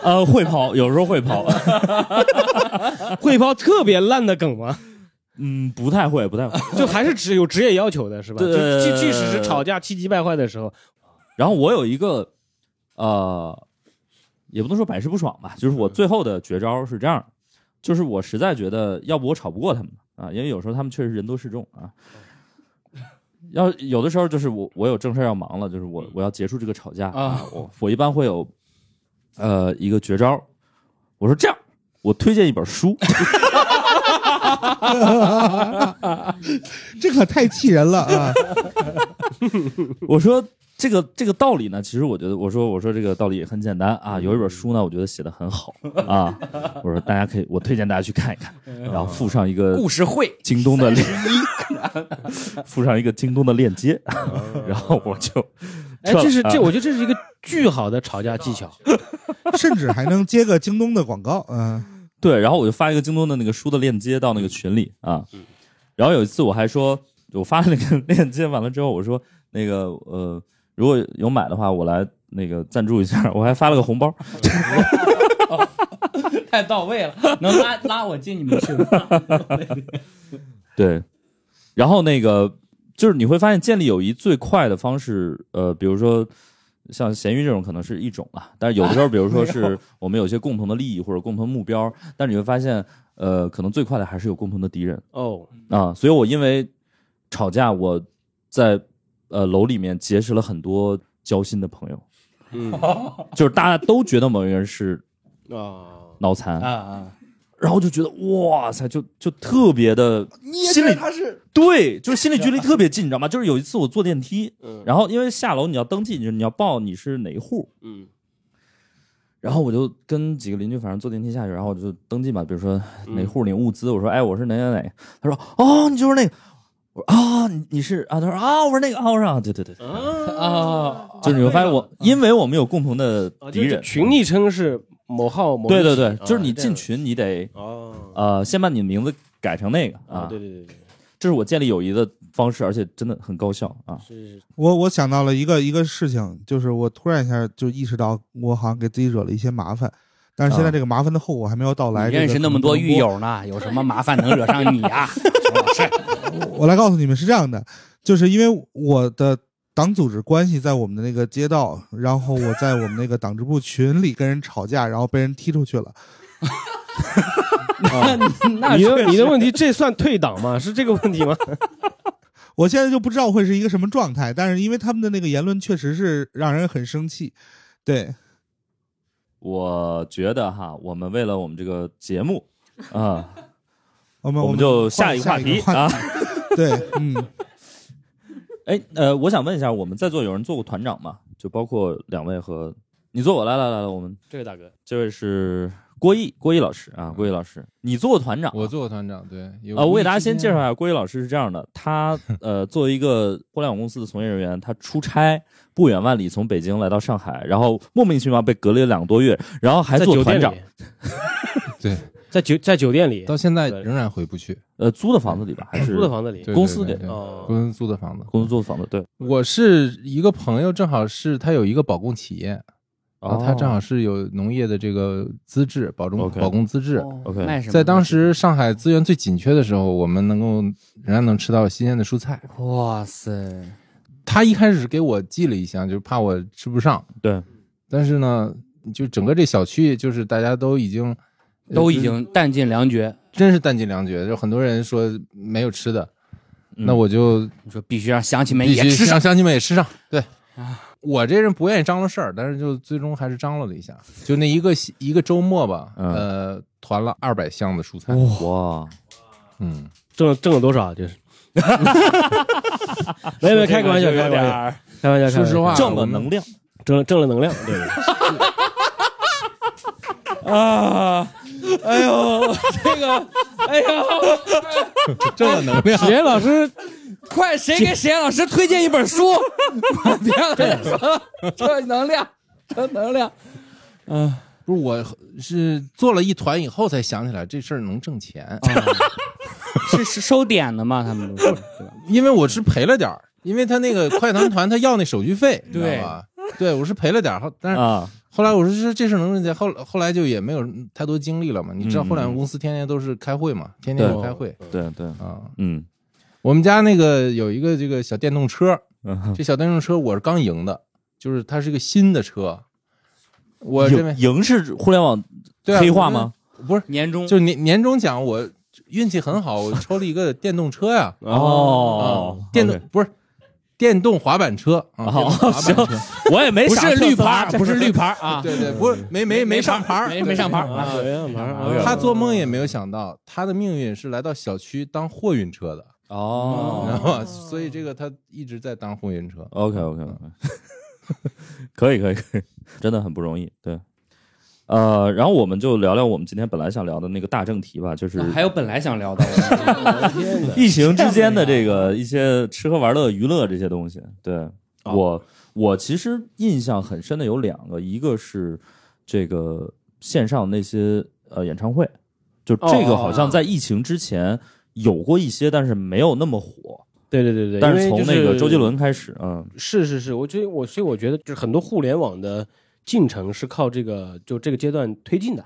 S2: 呃，会跑，有时候会跑。
S4: 会抛特别烂的梗吗？
S2: 嗯，不太会，不太会。
S4: 就还是只有职业要求的是吧？
S2: 对
S4: 就即即使是吵架气急败坏的时候，
S2: 然后我有一个，呃，也不能说百试不爽吧，就是我
S4: 嗯
S2: 最后的绝招是这样，就是我实在觉得，要不我吵不过他们啊，因为有时候他们确实人多势众啊。
S4: 嗯
S2: 要有的时候就是我我有正事儿要忙了，就是我
S4: 嗯
S2: 我要结束这个吵架
S5: 啊，
S2: 我我一般会有，呃，一个绝招，我说这样，我推荐一本书，
S3: 这可太气人了啊！
S2: 我说这个这个道理呢，其实我觉得，我说我说这个道理也很简单
S4: 嗯
S2: 啊。有一本书呢，我觉得写的很好啊，我说大家可以，我推荐大家去看一看，
S4: 嗯
S2: 然后附上一个
S5: 故事会
S2: 呃京东的链， 附上一个京东的链接， 然后我就
S4: 嗯哎，
S2: 撤
S4: 这是
S2: 了
S4: 这，
S2: 啊
S4: 我觉得这是一个巨好的吵架技巧。
S3: 甚至还能接个京东的广告，嗯，
S2: 对，然后我就发一个京东的那个书的链接到那个群里啊， 然后有一次我还说，我发了那个链接完了之后，我说那个呃。如果有买的话，我来那个赞助一下，我还发了个红包。
S5: 太到位了，能拉拉我进你们 去吗？
S2: 对，然后那个就是你会发现建立友谊最快的方式，呃，比如说像咸鱼这种可能是一种啊，但是有的时候，比如说是我们有一些共同的利益或者共同目标，但是你会发现，呃，可能最快的还是有共同的敌人
S4: 哦，
S2: 啊。所以我因为吵架，我在呃楼里面结识了很多交心的朋友，
S4: 嗯
S2: 就是大家都觉得某一个人是
S4: 啊，
S2: 脑残，
S5: 啊
S2: 然后就觉得哇塞，就就特别的
S3: 你也
S2: 心
S3: 觉
S2: 里
S3: 得他是
S2: 对，就是心理距离特别近，你知道吗？就是有一次我坐电梯，
S4: 嗯
S2: 然后因为下楼你要登记，你你要报你是哪一户，
S4: 嗯
S2: 然后我就跟几个邻居，反正坐电梯下去，然后我就登记嘛，比如说哪户领物资，我说哎我是哪哪哪，他说哦你就是那个，我说啊你你是啊，他说啊我是那个啊我说啊对对对，
S5: 啊
S4: 啊，
S5: 啊！
S2: 就是你会发现我，因为我们有共同的敌
S4: 嗯就是
S2: 人，
S4: 群昵称是某号某一
S2: 对对
S4: 起
S2: 对，
S4: 啊
S2: 就是你
S4: 这样
S2: 进群你得
S4: 哦
S2: 呃先把你的名字改成那个
S4: 啊，
S2: 啊，
S4: 对对对对，
S2: 这是我建立友谊的方式，而且真的很高效啊，
S4: 是
S3: 我我想到了一个一个事情，就是我突然一下就意识到，我好像给自己惹了一些麻烦，但是现在
S2: 啊
S3: 这个麻烦的后果还没有到来。
S5: 你认
S3: 这
S5: 识
S3: 个
S5: 那
S3: 可
S5: 么
S3: 能
S5: 多
S3: 更
S5: 狱友呢，有什么麻烦能惹上你 啊？
S3: 我来告诉你们是这样的，就是因为我的党组织关系在我们的那个街道，然后我在我们那个党支部群里跟人吵架，然后被人踢出去了。
S5: 那那
S4: 啊你的
S5: 确实
S4: 你的问题，这算退党吗？是这个问题吗？
S3: 我现在就不知道会是一个什么状态，但是因为他们的那个言论确实是让人很生气。对，
S2: 我觉得哈，我们为了我们这个节目啊，
S3: 我们
S2: 我
S3: 我
S2: 们就下
S3: 一
S2: 一
S3: 个
S2: 个话题啊。
S3: 对，嗯，
S2: 哎，呃，我想问一下，我们在座有人做过团长吗？就包括两位和你做过，来来来来，我们
S4: 这位大哥，嗯
S2: 这位是郭毅，郭毅老师啊，郭毅老师，你做过团长啊？
S6: 我做过团长，对。有
S2: 呃，我给大家
S6: 一
S2: 先
S6: 期间
S2: 介绍一下，郭毅老师是这样的，他呃作为一个互联网公司的从业人员，他出差不远万里从北京来到上海，然后莫名其妙被隔离了两个多月，然后还
S4: 在
S2: 做
S4: 酒
S2: 团
S4: 店
S2: 长
S4: 里，，
S6: 对，
S4: 在酒在酒店里，
S6: 到现在
S4: 对
S6: 仍然回不去，
S2: 呃租的房子里吧，还是
S4: 租的房子里
S6: 对
S2: 公司
S6: 对
S2: 给
S6: 对
S4: 哦
S6: 公司租的房子。
S2: 公司租的房子，对，
S6: 我是一个朋友，正好是他有一个保供企业，然后他正好是有农业的这个资质，保供
S2: 哦 OK
S6: 保供资质。
S4: 哦
S2: OK
S5: 卖什么
S6: 在当时上海资源最紧缺的时候，我们能够仍然能吃到新鲜的蔬菜。
S5: 哇塞，
S6: 他一开始给我寄了一箱，就是怕我吃不上。
S2: 对，
S6: 但是呢，就整个这小区，就是大家都已经呃
S5: 都已经弹尽粮绝。
S6: 真是弹尽粮绝，就很多人说没有吃的，
S2: 嗯
S6: 那我就
S5: 你说必须让乡亲们
S6: 必
S5: 也
S6: 须
S5: 吃上啊
S6: 让乡亲们也吃上。对，我这人不愿意张罗事儿，但是就最终还是张罗了一下，就那一个一个周末吧，
S2: 嗯
S6: 呃，团了二百箱的蔬菜，
S2: 哇，
S6: 嗯，
S4: 挣挣了多少？就是， 没有没有开个玩笑，开个玩笑，开玩笑。
S6: 说实话
S4: 开玩笑
S2: 正了能量
S4: 挣了挣了能量，对对对
S2: 啊！哎呦，
S5: 这个，哎呀，
S6: 正了能量。
S4: 史岩老师
S5: 快谁给史岩老师推荐一本 书？别了， 这能量， 这能量。
S6: 嗯
S5: 呃
S6: 不是，我是做了一团以后才想起来这事儿能挣 钱，
S5: 是啊是收点的嘛？他们都是对吧？
S6: 因为我是赔了点儿，因为他那个快团团他要那手续费，你知
S5: 对
S6: 道吧？对，我是赔了点儿，后但是
S2: 啊，
S6: 后来我说这这事儿能挣钱，后后来就也没有太多精力了嘛。你知道
S2: 嗯
S6: 互联网公司天天都是开会嘛，天天
S2: 对
S6: 有开会
S2: 对对，
S6: 啊。
S2: 嗯
S6: 我们家那个有一个这个小电动车，
S2: 嗯，
S6: 这小电动车我是刚赢的，就是它是个新的车，我认为
S2: 赢赢是互联网
S6: 对啊
S2: 黑化吗？？
S6: 我认为不是，
S5: 年终
S6: 就是年年终奖我运气很好，我抽了一个电动车呀，
S2: 哦
S6: 啊，电动
S2: OK 哦
S6: 不是电动滑板车啊，电动滑板车，
S2: 我也没
S5: 不
S2: 啥
S5: 是绿
S2: 特斯嗯拉
S5: 牌，不是绿牌 啊，
S6: 对对，不是没没没上牌儿，
S5: 没没上牌儿啊。
S4: 啊，
S6: 他做梦也没有想到，他的命运是来到小区当货运车的，
S2: 哦
S6: 你知道吗？所以这个他一直在当货运车。
S2: OK OK OK，可以可以可以，真的很不容易。对，呃，然后我们就聊聊我们今天本来想聊的那个大正题吧，就是
S5: 啊还有本来想 聊的，
S2: 疫情之间的这个一些吃喝玩乐、娱乐这些东西。对
S4: 哦
S2: 我，我其实印象很深的有两个，一个是这个线上那些呃演唱会，
S4: 哦
S2: 就这个好像在疫情之前有过一些，但是没有那么火。
S4: 对对对对，
S2: 但
S4: 因为
S2: 从
S4: 就
S2: 那个
S4: 是
S2: 周杰伦开始，嗯，
S4: 是是是，我觉得我所以我觉得就是很多互联网的进程是靠这个就这个阶段推进的，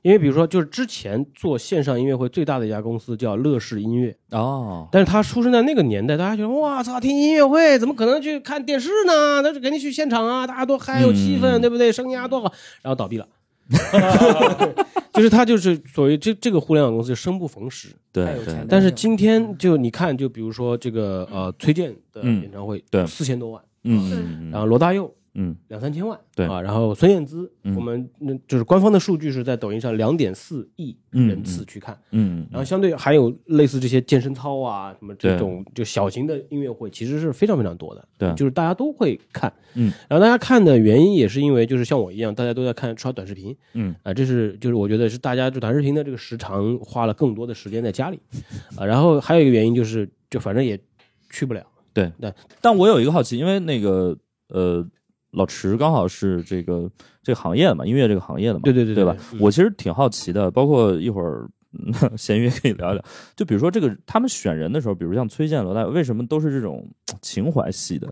S4: 因为比如说就是之前做线上音乐会最大的一家公司叫乐视音乐，
S2: 哦，
S4: 但是他出生在那个年代，大家觉得哇操，听音乐会怎么可能去看电视呢？那就肯定去现场啊，大家多嗨有气
S5: 嗯
S4: 氛，对不对？声音啊多好，然后倒闭了。 就是他就是所谓这这个互联网公司就生不逢时，
S2: 对
S5: 太有
S2: 对
S5: 钱了
S4: 但是今天就你看，就比如说这个呃崔健的
S2: 嗯
S4: 演唱会，
S2: 对
S4: 四千多万，
S2: 嗯嗯
S4: 然
S2: 嗯
S4: 后罗大佑
S2: 嗯，
S4: 两三千万，
S2: 对
S4: 啊，然后孙燕姿，
S2: 嗯
S4: 我们那就是官方的数据是在抖音上两点四亿人次去看，
S2: 嗯，
S4: 然后相对还有类似这些健身操啊什么这种就小型的音乐会，其实是非常非常多的，
S2: 对
S4: 就是大家都会看，
S2: 嗯，
S4: 然后大家看的原因也是因为就是像我一样，大家都在看刷短视频，
S2: 嗯，
S4: 啊，这是就是我觉得是大家就短视频的这个时长花了更多的时间在家里，啊，然后还有一个原因就是就反正也去不了。
S2: 但我有一个好奇，因为那个呃，老池刚好是这个这个行业的嘛，音乐这个行业的嘛，
S4: 对对对
S2: 对
S4: 对
S2: 吧？
S4: 嗯
S2: 我其实挺好奇的，包括一会儿。 嗯闲鱼也可以聊一聊，就比如说这个，他们选人的时候，比如像崔健、罗大佑，为什么都是这种嘖情怀系的？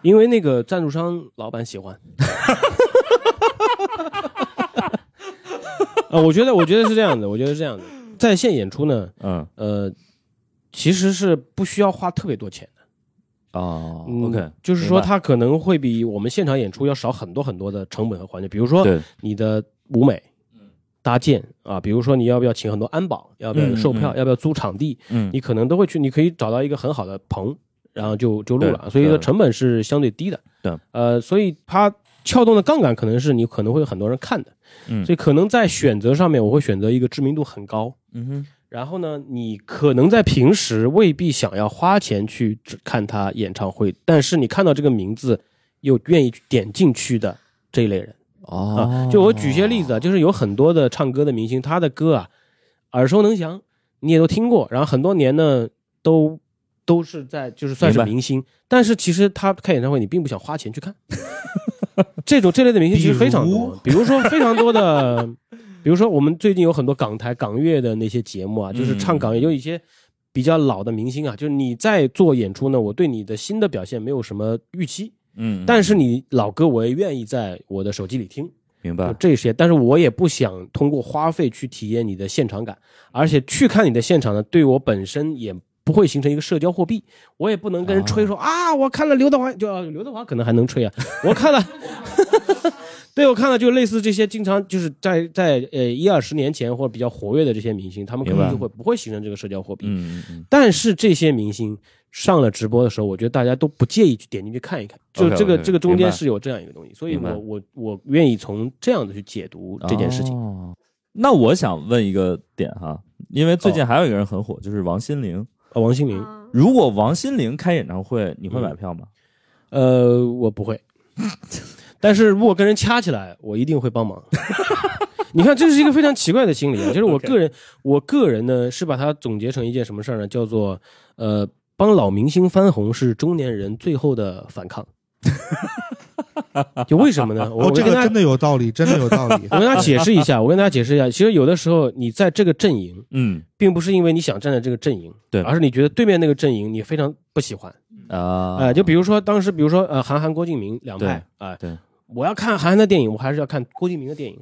S4: 因为那个赞助商老板喜欢。啊，我觉得，我觉得是这样的，我觉得是这样的。在线演出呢，
S2: 嗯，
S4: 呃，其实是不需要花特别多钱的。
S2: 哦
S4: 嗯
S2: ，OK，
S4: 就是说
S2: 明白
S4: 它可能会比我们现场演出要少很多很多的成本和环节，比如说
S2: 对，
S4: 你的舞美。搭建啊，比如说你要不要请很多安保，要不要有售票，
S2: 嗯嗯
S4: 要不要租场地，
S2: 嗯
S4: 你可能都会去，你可以找到一个很好的棚，然后就就录了，
S2: 对
S4: 所以
S2: 对
S4: 说成本是相对低的。
S2: 对，
S4: 呃，所以它撬动的杠杆可能是你可能会有很多人看的，
S2: 嗯
S4: 所以可能在选择上面我会选择一个知名度很高，
S2: 嗯哼，
S4: 然后呢，你可能在平时未必想要花钱去只看他演唱会，但是你看到这个名字又愿意点进去的这一类人啊
S2: 哦，，
S4: 就我举些例子啊，就是有很多的唱歌的明星，他的歌啊耳熟能详，你也都听过，然后很多年呢都都是在就是算是
S2: 明白
S4: 明星，但是其实他开演唱会你并不想花钱去看， 这种这类的明星其实非常 多，比如说非常多的，比如说我们最近有很多港台港乐的那些节目啊，就是唱港乐，有一些比较老的明星啊，就是你在做演出呢，我对你的新的表现没有什么预期，
S2: 嗯，
S4: 但是你老歌我也愿意在我的手机里听，
S2: 明
S4: 有
S2: 白，
S4: 这些，但是我也不想通过花费去体验你的现场感，而且去看你的现场呢，对我本身也不会形成一个社交货币，我也不能跟人
S2: 哦
S4: 吹说啊我看了刘德华，就啊刘德华可能还能吹啊，我看了。 对，我看了，就类似这些，经常就是在在呃一二十年前或者比较活跃的这些明星，他们可
S2: 明
S4: 能
S2: 白
S4: 就会不会形成这个社交货币。
S2: 嗯嗯嗯，
S4: 但是这些明星上了直播的时候，我觉得大家都不介意去点进去看一看，就
S2: OK，OK，
S4: 这个这个中
S2: 明
S4: 间
S2: 白
S4: 是有这样一个东西，所以
S2: 明白
S4: 我我我愿意从这样的去解读这件事情。
S2: 哦那我想问一个点哈，因为最近还有一个人很火，就是王心凌。
S4: 啊，哦王心凌，嗯
S8: 嗯
S2: 如果王心凌开演唱会，你会买票吗？
S4: 呃，我不会， 但是如果跟人掐起来，我一定会帮忙。 你看，这是一个非常奇怪的心理啊，就是 我个人我个人呢是把它总结成一件什么事儿呢？叫做呃，帮老明星翻红是中年人最后的反抗。就为什么 呢？我、
S3: 哦，
S4: 我
S3: 这
S4: 跟
S3: 个
S4: 大家。
S3: 真的有道理，真的有道理
S4: 我跟大家解释一下，我跟大家解释一下，其实有的时候你在这个阵营，
S2: 嗯
S4: 并不是因为你想站在这个阵营，
S2: 对
S4: 而是你觉得对面那个阵营你非常不喜欢，
S2: 啊，
S4: 呃，就比如说当时，比如说呃，韩寒、郭敬明两派啊、
S2: 对
S4: 我要看韩寒的电影，我还是要看郭敬明的电影。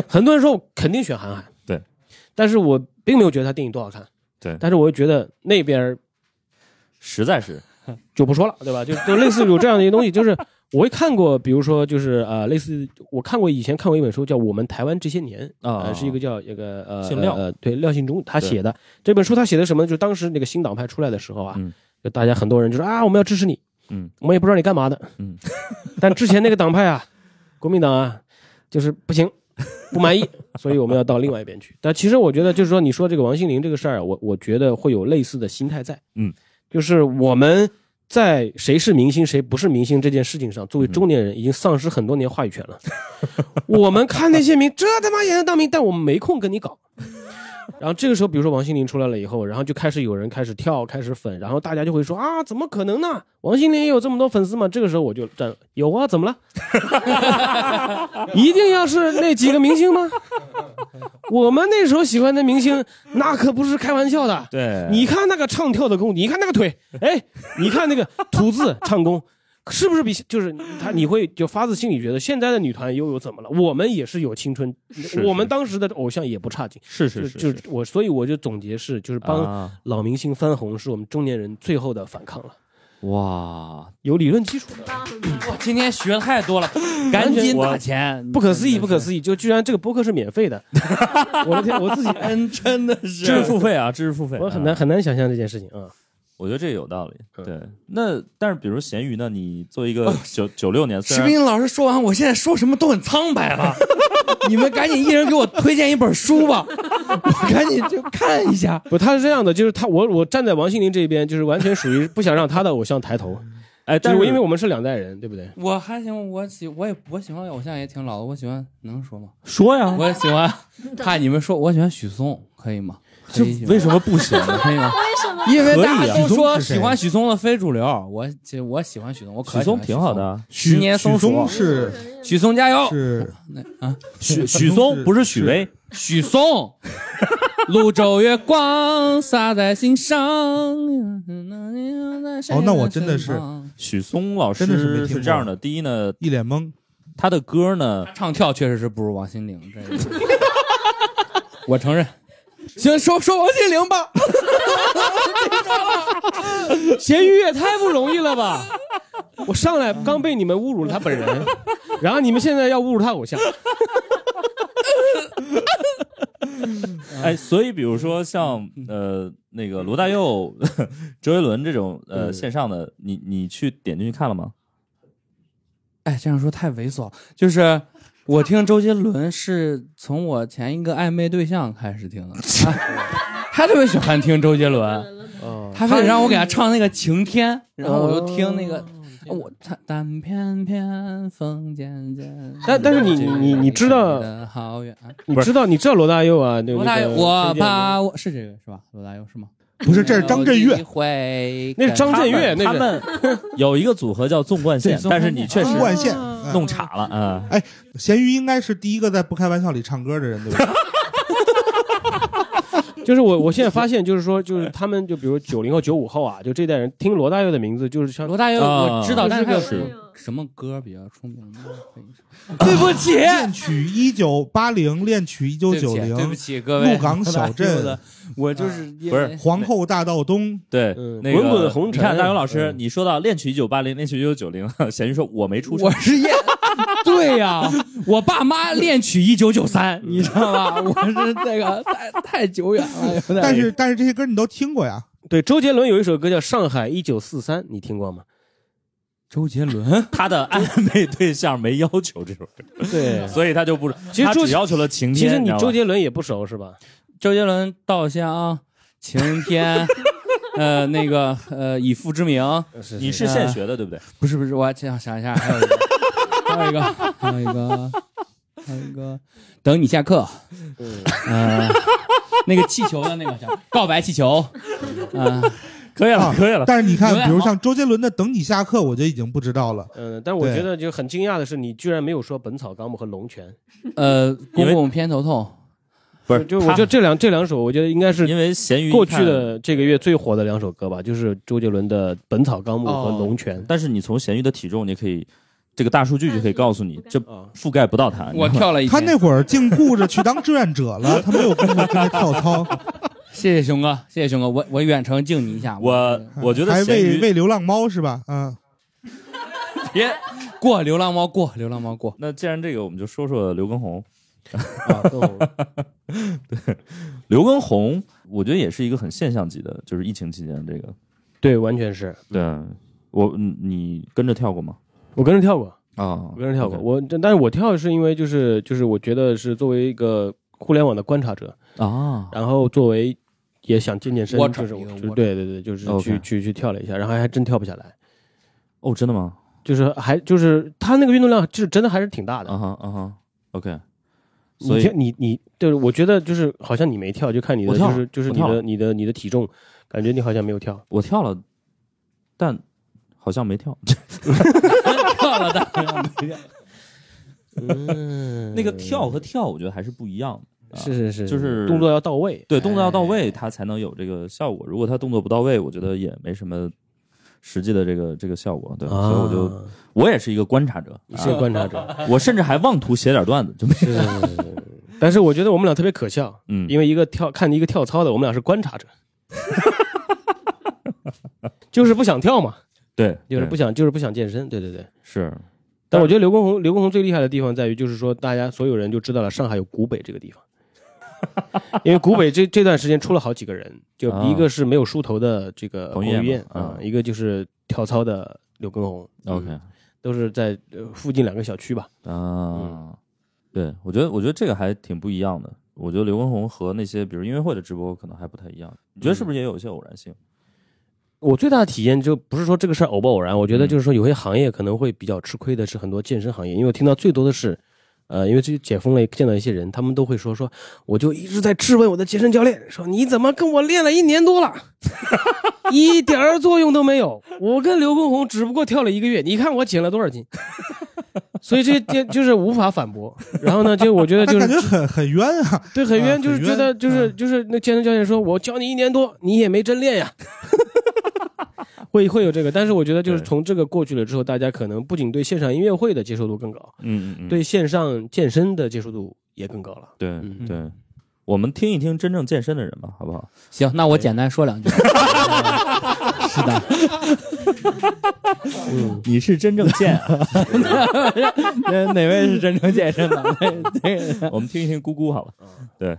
S4: 很多人说我肯定选韩寒，
S2: 对，
S4: 但是我并没有觉得他电影多好看，
S2: 对
S4: 但是我又觉得那边儿
S2: 实 在是
S4: 就不说了，对吧？就就类似于有这样的一些东西，就是我也看过，比如说就是呃，类似我看过以前看过一本书叫《我们台湾这些年》，
S2: 啊
S4: 呃，是一个叫一个呃
S2: 姓廖
S4: 呃呃对廖信忠他写的这本书，他写的什么呢？就是当时那个新党派出来的时候啊，
S2: 嗯
S4: 就大家很多人就说啊，我们要支持你，
S2: 嗯，
S4: 我们也不知道你干嘛的，
S2: 嗯，
S4: 但之前那个党派啊，国民党啊，就是不行。不满意，所以我们要到另外一边去。但其实我觉得，就是说，你说这个王心凌这个事儿啊，我我觉得会有类似的心态在。
S2: 嗯，
S4: 就是我们在谁是明星谁不是明星这件事情上，作为中年人已经丧失很多年 话语权了。我们看那些明，这他妈也能当明，但我们没空跟你搞。 然后这个时候，比如说王心凌出来了以后，然后就开始有人开始跳，开始粉，然后大家就会说啊，怎么可能呢？王心凌也有这么多粉丝吗？这个时候我就站，有啊，怎么了？ 一定要是那几个明星吗？ 我们那时候喜欢的明星，那可不是开玩笑的。
S2: 对
S4: 你看那个唱跳的功底，你看那个腿，哎，你看那个 吐字唱功，是不是比就是他？你会就发自心里觉得现在的女团又有怎么了？我们也是有青春，
S2: 是
S4: 我们当时的偶像也不差劲。
S2: 是是是
S4: 就是就我，所以我就总结是，就是帮
S2: 啊
S4: 老明星翻红，是我们中年人最后的反抗了，
S2: 哇，
S4: 有理论基础的，
S5: 我今天学太多了，赶紧打钱！
S4: 不可思议，不可思议！就居然这个播客是免费的，我的天，我自己哎
S5: 真 真的是
S2: 知识付费啊，知识付费，
S4: 我很难
S2: 啊
S4: 很难想象这件事情啊。
S2: 我觉得这个有道理。
S4: 嗯
S2: 对，那但是比如咸鱼呢，你作为一
S4: 哦
S2: 个九九六年，虽
S5: 石
S2: 然
S5: 斌老师说完，我现在说什么都很苍白 了。你们赶紧一人给我推荐一本书吧，我赶紧就看一下。
S4: 不，他是这样的，就是他，我我站在王心凌这边，就是完全属于不想让他的偶像抬头，
S2: 哎，
S4: 就
S2: 但
S4: 嗯是
S2: 是
S4: 我因为我们是两代人，对不对？
S5: 我还行，我喜我也我喜欢偶像也挺老的，我喜欢能说吗？
S2: 说呀，
S5: 我 喜欢怕你们说，我喜欢许嵩，可以吗？
S2: 这
S5: 可以喜欢
S2: 为什么不行？
S5: 可以吗？
S8: 为什么？
S5: 因为大
S3: 可以
S5: 家
S3: 啊
S5: 都
S3: 许嵩
S5: 说
S3: 是谁
S5: 喜欢许嵩的非主流，我其实我喜欢许嵩，我
S2: 许
S5: 可喜
S2: 嵩
S5: 欢
S2: 挺好的，啊，
S3: 许
S5: 许十年
S3: 许
S5: 松鼠
S3: 嵩是
S5: 许嵩，许嵩加油！啊
S3: 是
S2: 许许嵩不是许巍，
S5: 许嵩，泸州月光洒在心上。哦
S3: 那我真的是
S2: 许嵩老
S3: 真的是没
S2: 师
S3: 听
S2: 是
S3: 过
S2: 这样的。第一呢，
S3: 一脸懵，
S2: 他的歌呢，
S5: 唱跳确实是不如王心凌，这 个我承认。行，说说王心凌吧，
S4: 咸鱼也太不容易了吧！ 我上来刚被你们侮辱了他本人，然后你们现在要侮辱他偶像，
S2: 哎，所以比如说像
S4: 嗯
S2: 呃那个罗大佑、 周杰伦这种
S4: 嗯
S2: 呃线上的，你你去点进去看了吗？
S5: 哎，这样说太猥琐了。就是我听周杰伦是从我前一个暧昧对象开始听的，他他特别喜欢听周杰伦，
S4: 哦
S5: 他非得让我给他唱那个《晴天》，然后我就听那个。
S4: 哦
S5: 我他但偏偏风渐渐，
S4: 但但是你你你你知 道
S5: 离得好远。啊
S4: 你知道你知道罗大佑啊？对
S5: 罗大佑，
S4: 那个
S5: 我
S4: 推荐的
S5: 怕我是这个是吧？罗大佑是吗？
S3: 不是这是张震
S5: 有
S3: 岳
S5: 机，会
S4: 那是张震岳，那
S2: 他
S4: 是
S2: 们有一个组合叫纵贯线，
S5: 对
S2: 但是你确实
S3: 纵贯线。哎
S2: 弄岔了啊。
S3: 咸鱼应该是第一个在不开玩笑里唱歌的人，对 吧？
S4: 就是我我现在发现就是说就是他们就比如九零后九五后啊，就这代人听罗大佑的名字就是像
S5: 罗 大佑
S2: 啊
S5: 我知道，但是他有
S8: 是
S5: 什么什么歌比较出名？
S3: 对不起，
S5: 啊
S3: 恋啊曲一九八零，恋曲一九
S5: 对
S3: 九
S5: 不起，对不
S3: 零，
S5: 起各位。
S3: 鹿港小 镇啊
S5: 罗大佑的，我就是因为
S2: 不是
S3: 皇后大道东，
S2: 对，
S4: 嗯
S2: 那个
S4: 滚滚红尘
S2: 你看大勇老师，
S4: 嗯
S2: 你说到恋曲一九八零，恋曲一九九零， 咸鱼说我没出生
S5: 我，是燕，对呀、我爸妈恋曲一九九三，你知道吧？我是这个太太久
S2: 哎
S5: 远了，有点
S3: 但是但是这些歌你都听过呀？
S4: 对周杰伦有一首歌叫《上海一九四三》，你听过吗？
S5: 周 杰伦
S2: 他的暧昧对象没要求这首歌，
S4: 对，
S2: 所以他就不是，
S4: 其实
S2: 他
S4: 周
S2: 只要求了晴
S4: 其
S2: 天。
S4: 实你
S2: 知道吧
S4: 周杰伦也不熟是吧？
S5: 周杰伦稻香晴天，呃，那个呃，以父之名，
S2: 你是
S4: 啊
S2: 现学的对不对？
S5: 不是不是，我还想想一下，还有一个，还有一个，还有一个，还有一个，等你下课，
S2: 嗯
S5: 呃，那个气球的那个叫告白气球，嗯、
S2: 啊可以了，
S3: 啊
S2: 可以了。
S3: 但是你
S5: 有点
S3: 看，比如
S5: 好
S3: 像周杰伦的《等你下课》，我就已经不知道了。
S4: 嗯，但我
S3: 对
S4: 觉得就很惊讶的是，你居然没有说《本草纲目》和《龙泉
S5: 呃，公共偏头痛。
S2: 不》，是，
S4: 就我觉得这两这两首，我觉得应该是
S2: 因为咸鱼
S4: 过
S2: 一看
S4: 去，的这个月最火的两首歌吧，就是周杰伦的《本草纲目》和
S5: 哦
S4: 《龙泉
S2: 但是你从咸鱼的体重，你可以这个大数据就可以告诉你，这》
S4: 啊。
S2: 覆盖不到他。
S5: 呃我
S2: 你知道吗，
S5: 跳了一
S3: 他
S5: 天
S3: 那会儿竟顾着去当志愿者了，他没有功夫跟他 跳操，
S5: 谢谢熊哥，谢谢熊哥，我我远程敬你一下，
S2: 我我觉
S3: 还
S2: 得咸
S3: 喂
S2: 鱼
S3: 喂流浪猫是吧？嗯，
S2: 别。
S5: 过流浪猫过流浪猫过，
S2: 那既然这个，我们就说说刘畊宏。
S4: 啊跟 我
S2: 刘畊宏，我觉得也是一个很现象级的，就是疫情期间这个。
S4: 对，完全是
S2: 对，我嗯你跟着跳过吗？
S4: 我跟着跳过，
S2: 啊，
S4: 我跟着跳过。我但是我跳是因为就是就是我觉得是作为一个互联网的观察者，
S2: 啊，
S4: 然后作为也想健健身，
S5: Watcher，
S4: 就是我
S5: 一个
S4: 就是
S5: watcher
S4: 对对对，就是去
S2: OK
S4: 去去跳了一下，然后还真跳不下来，
S2: 哦，真的吗？嗯
S4: 就是还就是他那个运动量就是真的还是挺大的
S2: 啊。哈啊哈，OK。所
S4: 你
S2: 以
S4: 跳你你对，我觉得就是好像你没跳，就看你的
S2: 我跳
S4: 就
S2: 了
S4: 是就是
S2: 我
S4: 你
S2: 跳
S4: 的
S2: 了
S4: 你的你的体重，感觉你好像没有跳。
S2: 我跳了，但好像没跳。
S5: 跳了大量 的
S4: 嗯
S2: 那个跳和跳，我觉得还是不一样的。啊
S4: 是是是，
S2: 就是
S4: 动作要到位。
S2: 对，动作要到
S4: 哎
S2: 位，它才能有这个效果。如果他动作不到位，我觉得也没什么实际的这个这个效果。对，所以我就
S4: 啊
S2: 我也是一个观察者，啊
S4: 你是个观察者，
S2: 我甚至还妄图写点段子，就没
S4: 是是是是。但是我觉得我们俩特别可笑，
S2: 嗯，
S4: 因为一个跳看一个跳操的，我们俩是观察者， 就是不想跳嘛，
S2: 对，
S4: 就是
S2: 对
S4: 不想就是不想健身，对对对。
S2: 是
S4: 但我觉得刘畊宏，刘畊宏最厉害的地方在于，就是说大家所有人就知道了上海有古北这个地方， 因为古北这这段时间出了好几个人，就
S2: 啊
S4: 一个是没有梳头的这个
S2: 彭
S4: 彭
S2: 于
S4: 于
S2: 晏
S4: 晏
S2: 嘛
S4: 啊
S2: 啊，
S4: 一个就是跳操的刘畊宏。嗯
S2: OK
S4: 都是在呃附近两个小区吧。嗯
S2: 啊，对我觉得我觉得这个还挺不一样的。我觉得刘畊宏和那些比如音乐会的直播可能还不太一样，你觉得是不是也有一些偶然性？
S4: 我最大的体验就不是说这个事儿偶不偶然，我觉得
S2: 嗯
S4: 就是说有些行业可能会比较吃亏的是很多健身行业，因为我听到最多的是，呃，因为这解封了，见到一些人，他们都会说说，我就一直在质问我的健身教练，说你怎么跟我练了一年多了， 一点儿作用都没有，我跟刘畊宏只不过跳了一个月，你看我减了多少斤， 所以这些就是无法反驳。然后呢，就我觉得
S3: 但
S4: 就是
S3: 感觉很很冤啊，
S4: 对，很
S3: 啊
S4: 冤，
S3: 很
S4: 就是觉
S3: 冤
S4: 得就是
S3: 嗯
S4: 就是那健身教练说，我教你一年多，你也没真练呀。 会会有这个，但是我觉得就是
S2: 对
S4: 从这个过去了之后，大家可能不仅对线上音乐会的接受度更高，
S2: 嗯嗯嗯，
S4: 对线上健身的接受度也更高了。
S2: 对
S4: 嗯
S2: 对，我们听一听真正健身的人吧，好不好？
S5: 行，那我简单说 两句。是的，
S2: 嗯你是真正健，啊
S5: 那哪位是真正健身的？ 那那
S2: 我们听一听咕咕好了。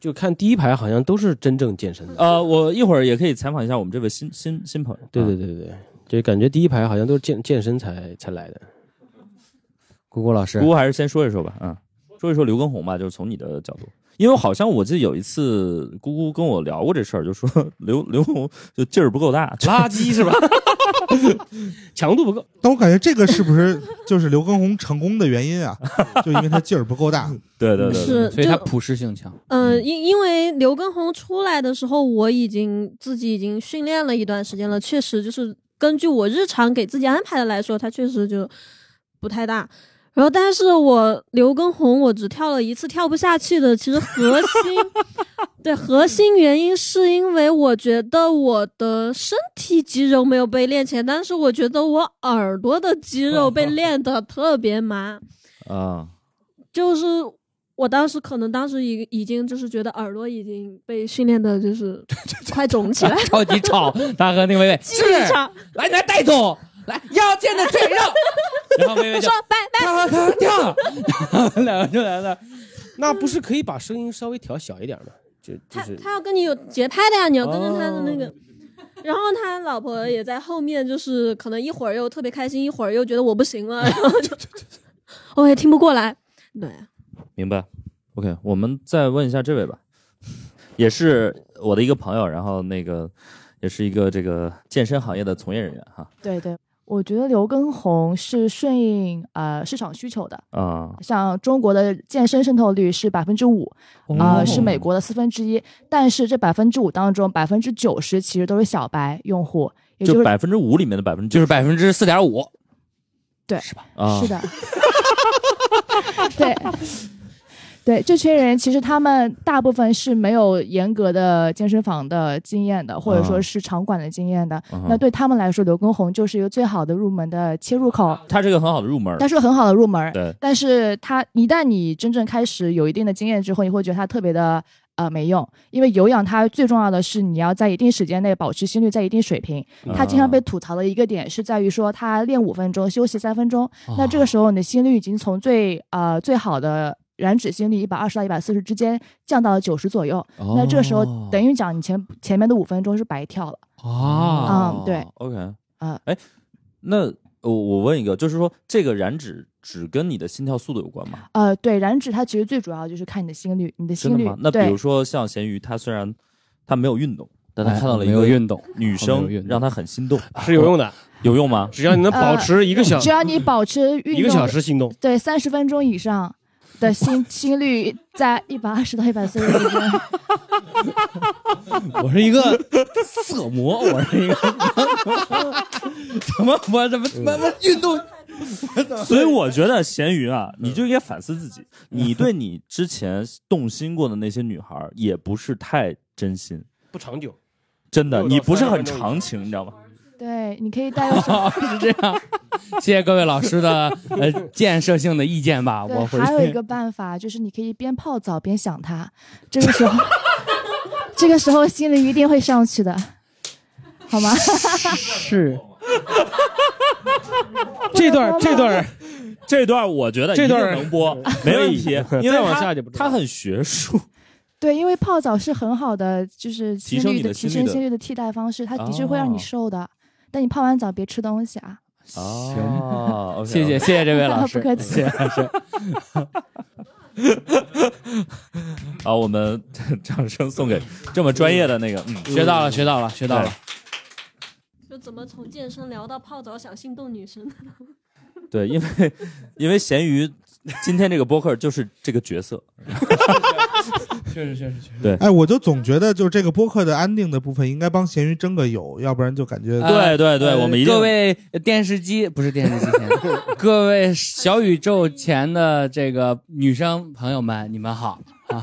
S4: 就看第一排好像都是真正健身的，
S2: 呃，我一会儿也可以采访一下我们这位新新新朋友。
S4: 对对
S2: 啊，
S4: 对对对， 就感觉第一排好像都是健健身才才来的。
S5: 姑姑老师
S2: 咕，咕还是先说一说吧，嗯，说一说刘畊宏吧，就是从你的角度，因为好像我记得有一次咕咕跟我聊过这事儿，就说 刘刘畊宏就劲儿不够大，
S4: 垃圾是吧？强度不够，
S3: 但我感觉这个是不是就是刘畊宏成功的原因啊？就因为他劲儿不够大，
S2: 对对对
S4: 嗯
S2: 对，
S8: 是
S5: 所以他
S8: 就。
S5: 普适性强。
S8: 嗯，因因为刘畊宏出来的时候，我已经自己已经训练了一段时间了，确实就是根据我日常给自己安排的来说，他确实就不太大。然后，但是我刘畊宏，我只跳了一次，跳不下去的。其实核心对核心原因是因为我觉得我的身体肌肉没有被练起来，但是我觉得我耳朵的肌肉被练得特别麻。
S2: 啊，
S8: 就是我当时可能当时已已经就是觉得耳朵已经被训练的就是 快肿起来，
S5: 超级吵，他和那薇薇
S8: 巨长，
S5: 来来带动，来腰间的 赘肉，然后薇薇就
S8: 说拜拜，
S5: 跳 跳跳，然后两个就来了，
S4: 那不是可以把声音稍微调小一点吗？就就
S8: 他
S4: 是
S8: 他要跟你有节拍的呀，你要跟着他的那个。
S5: 哦
S8: 然后他老婆也在后面，就是可能一会儿又特别开心，一会儿又觉得我不行 了，然后就我也听不过来。对，
S2: 明白。OK，我们再问一下这位吧，也是我的一个朋友，然后那个也是一个这个健身行业的从业人员哈
S9: 对对，我觉得刘畊宏是顺应呃市场需求的，
S2: 啊，
S9: 像中国的健身渗透率是百分之五，
S2: 哦
S9: 呃是美国的四分之一，但是这百分之五当中百分之九十其实都是小白用户，也
S2: 就是百分之五里面的百分之
S5: 就是是百分之四点五，
S9: 对
S5: 是吧？
S2: 啊
S9: 是，的， 对。对，这群人其实他们大部分是没有严格的健身房的经验的，或者说
S2: 啊
S9: 是场馆的经验的。
S2: 嗯哼
S9: 那对他们来说，刘畊宏就是一个最好的入门的切入口，
S2: 他这个很好的入门儿，
S9: 但是很好的入门。
S2: 对，
S9: 但是它一旦你真正开始有一定的经验之后，你会觉得它特别的呃没用，因为有氧它最重要的是你要在一定时间内保持心率在一定水平。
S2: 嗯
S9: 它经常被吐槽的一个点是在于说，它练五分钟休息三分钟，
S2: 哦
S9: 那这个时候你的心率已经从最呃最好的。燃脂心率一百二十到一百四十之间降到了九十左右，
S2: 哦
S9: 那这个时候等于讲你前前面的五分钟是白跳了。
S5: 啊，
S9: 嗯对
S2: ，OK，
S9: 啊
S2: 哎，那我我问一个，就是说这个燃脂只跟你的心跳速度有关吗？
S9: 呃，对，燃脂它其实最主要就是看你的心率，你的
S2: 真
S9: 心
S2: 的
S9: 率
S2: 吗？那比
S9: 对
S2: 如说像咸鱼，他虽然他没有运动，但他看到了一
S5: 哎没有
S2: 个
S5: 运动，
S2: 女
S5: 我
S2: 生
S5: 没有运，动啊
S2: 让他很心动，
S4: 是有用的，
S2: 有用吗？
S4: 只要你能保持一个小
S9: 呃只要你保持运动
S4: 一个小时行动，
S9: 对，三十分钟以上，的心心率在一百二十到一百四十之间。
S5: 我是一个色魔，我是一个 怎么我怎么怎么运 动
S2: 所以我觉得咸鱼啊，
S5: 嗯
S2: 你就应该反思自己，你对你之前动心过的那些女孩儿也不是太真心，
S4: 不长久。
S2: 真的，
S4: 六到
S2: 你不是很
S4: 三十分钟
S2: 长情，你知道吗？
S9: 对，你可以带入
S5: 哦，是这样。谢谢各位老师的呃建设性的意见吧，我回
S9: 对，还有一
S5: 去。
S9: 个办法就是你可以边泡澡边想他，这个时候， 这个时候心灵一定会上去的，好吗？
S7: 是。这段这段
S2: 这段我觉得
S7: 这段
S2: 一定 能 播，
S5: 啊
S2: 没问题， 因为
S7: 再往
S2: 它
S7: 下就不知道
S2: 它很学术，
S9: 对，因为泡澡是很好的，就是
S2: 提
S9: 心
S2: 升
S9: 率
S2: 你
S9: 的
S2: 的
S9: 提
S2: 心
S9: 升
S2: 率的
S9: 心率的替代方式，它的确会让你
S2: 哦
S9: 瘦的。但你泡完澡别吃东西啊！
S2: 哦，OK，
S5: 谢谢谢谢这位老师，
S9: 不客气
S5: 谢谢 老师。啊
S2: 啊，我们 掌声送给这么专业的那个，嗯，哎
S5: 学到了，学到了，学到了。
S8: 就怎么从健身聊到泡澡想心动女 生？
S2: 对，因为因为咸鱼今天这个播客就是这个角色，
S5: 确实，确实，确实。
S3: 哎，我就总觉得，就是这个播客的安定的部分，应该帮咸鱼争个友，要不然就 感觉
S5: 啊
S2: 对对对，
S5: 呃
S2: 我们一定
S5: 各位电视机不是电 视机前，各位小宇宙前的这个女生朋友们，你们好啊！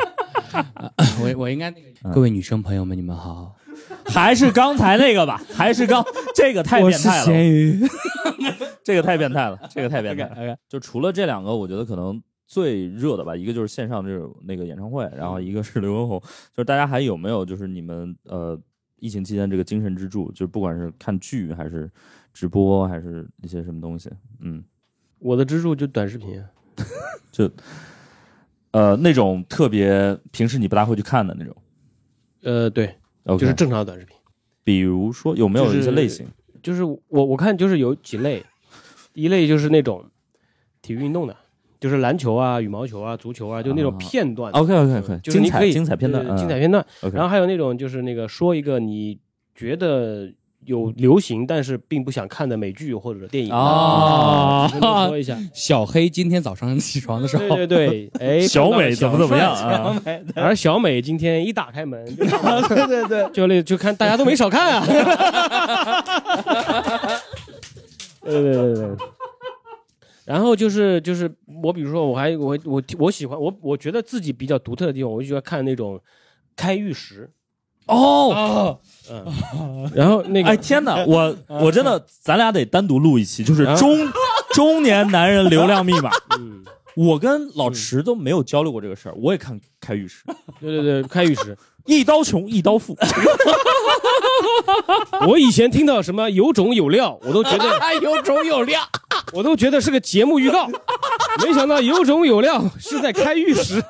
S5: 啊我我应该那
S2: 嗯
S5: 个，各位女生朋友们，你们好，
S2: 还是刚才那个吧，还是刚这个太
S5: 我
S2: 变
S5: 是
S2: 态了，
S5: 咸鱼。
S2: 这个太变态了，这个太变 态了。
S5: OK，
S2: 就除了这两个，我觉得可能最热的吧，一个就是线上这种那个演唱会，然后一个是刘畊宏，就是大家还有没有就是你们呃疫情期间这个精神支柱，就是不管是看剧还是直播还是一些什么东西，嗯，
S4: 我的支柱就短视频，
S2: 呃，那种特别平时你不大会去看的那种
S4: 呃，对，
S2: ，OK，
S4: 就是正常的短视频。
S2: 比如说有没有
S4: 就是
S2: 一些类型？
S4: 就是我我看就是有几类，一类就是那种体育运动的，就是篮球啊、羽毛球啊、足球啊，就那种
S2: 啊
S4: 片段的。
S2: OK OK OK，
S4: 就是
S2: 精
S4: 你可
S2: 彩
S4: 以
S2: 精彩片段，
S4: 对
S2: 嗯
S4: 精彩片段。
S2: OK，
S4: 然后还有那种就是那个说一个你觉得有流行但是并不想看的美剧或者电
S2: 哦
S4: 影跟
S5: 哦
S4: 你说一下。
S5: 小黑今天早上起床的时候，
S4: 对对 对，哎，
S2: 小美
S4: 碰到
S2: 怎么怎么样
S4: 小
S2: 啊？
S4: 帅？而小美今天一打开门， 对对对，就那就看大家都没少看 啊。对对对对。然后就是就是我比如说我还我我我喜欢我我觉得自己比较独特的地方，我就喜欢看那种开玉石，
S2: 哦，
S4: 嗯，然后那个
S2: 哎 天哪，我我真的，咱俩得单独录一期，就是
S4: 啊
S2: 中中年男人流量密码。
S4: 嗯，
S2: 我跟老池都没有交流过这个事儿，我也看开玉石，
S4: 对对对，开玉石。
S2: 一刀穷一刀富，
S4: 我以前听到什么有种有料，我都觉得
S5: 有种有量，
S4: 我都觉得是个节目预告，没想到有种有料是在开玉石。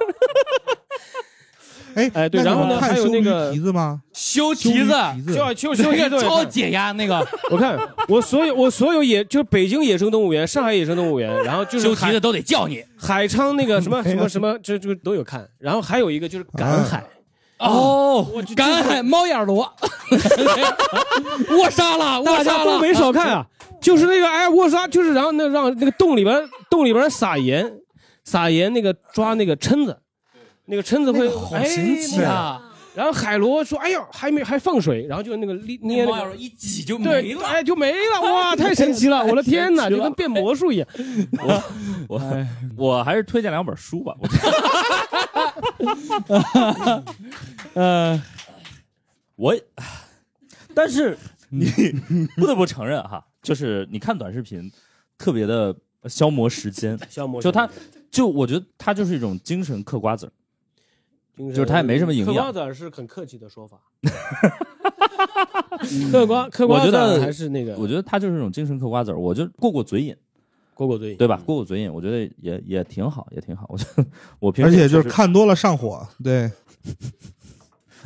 S3: 哎
S4: 哎对
S3: 那你
S4: 然后
S3: 们
S4: 呢
S3: 看
S4: 还有
S3: 修
S4: 那
S3: 驴
S4: 个
S3: 蹄子吗？
S5: 修
S3: 修
S5: 蹄
S3: 驴
S5: 子。
S3: 蹄
S4: 就要
S3: 子，
S4: 就就就
S5: 超解压那个
S4: 我看我所有我所有野就是北京野生动物园、上海野生动物园，然后就是
S5: 修蹄
S4: 海
S5: 子都得叫你
S4: 海昌那个什 么什么什么，这这都有看。然后还有一个就是赶海，
S5: 哦，赶海猫眼 螺，我杀
S4: 大
S5: 了，我
S4: 家
S5: 杀
S4: 都
S5: 了，
S4: 没少看啊。就是那个哎，我杀，就是然后那让那个洞里边洞里边撒盐，撒盐那个抓那个蛏子，那个蛏子会
S5: 好神奇！
S4: 哎
S5: 啊！
S4: 然后海螺说：“哎呦，还没还放水。”然后就那个捏捏
S5: 猫
S4: 那
S5: 眼
S4: 个
S5: 螺。一挤就没
S4: 对，
S5: 了。
S4: 哎，就没了，哇，太神奇了！我的天 哪，就跟变魔术一样。
S2: 我我还是推荐两本书吧，我觉得
S5: 呃，
S2: 我，但是你不得不承认哈，就是你看短视频特别的消磨时间，
S4: 消磨
S2: 就他就我觉得它就是一种精神嗑瓜子儿，
S4: 就是
S2: 它也没什么营养
S4: 嗑瓜子儿是很客气的说法。嗑瓜嗑瓜
S2: 嗯我
S4: 子
S2: 觉得
S4: 儿还是那个
S2: 我觉得它就是一种精神嗑瓜子儿，我就过过嘴瘾，
S4: 蝈蝈嘴，
S2: 对吧？过过嘴瘾，我觉得也也挺好，也挺好。我觉得我平
S3: 而
S2: 时
S3: 且就
S2: 确
S3: 是
S2: 实
S3: 看多了上火，对，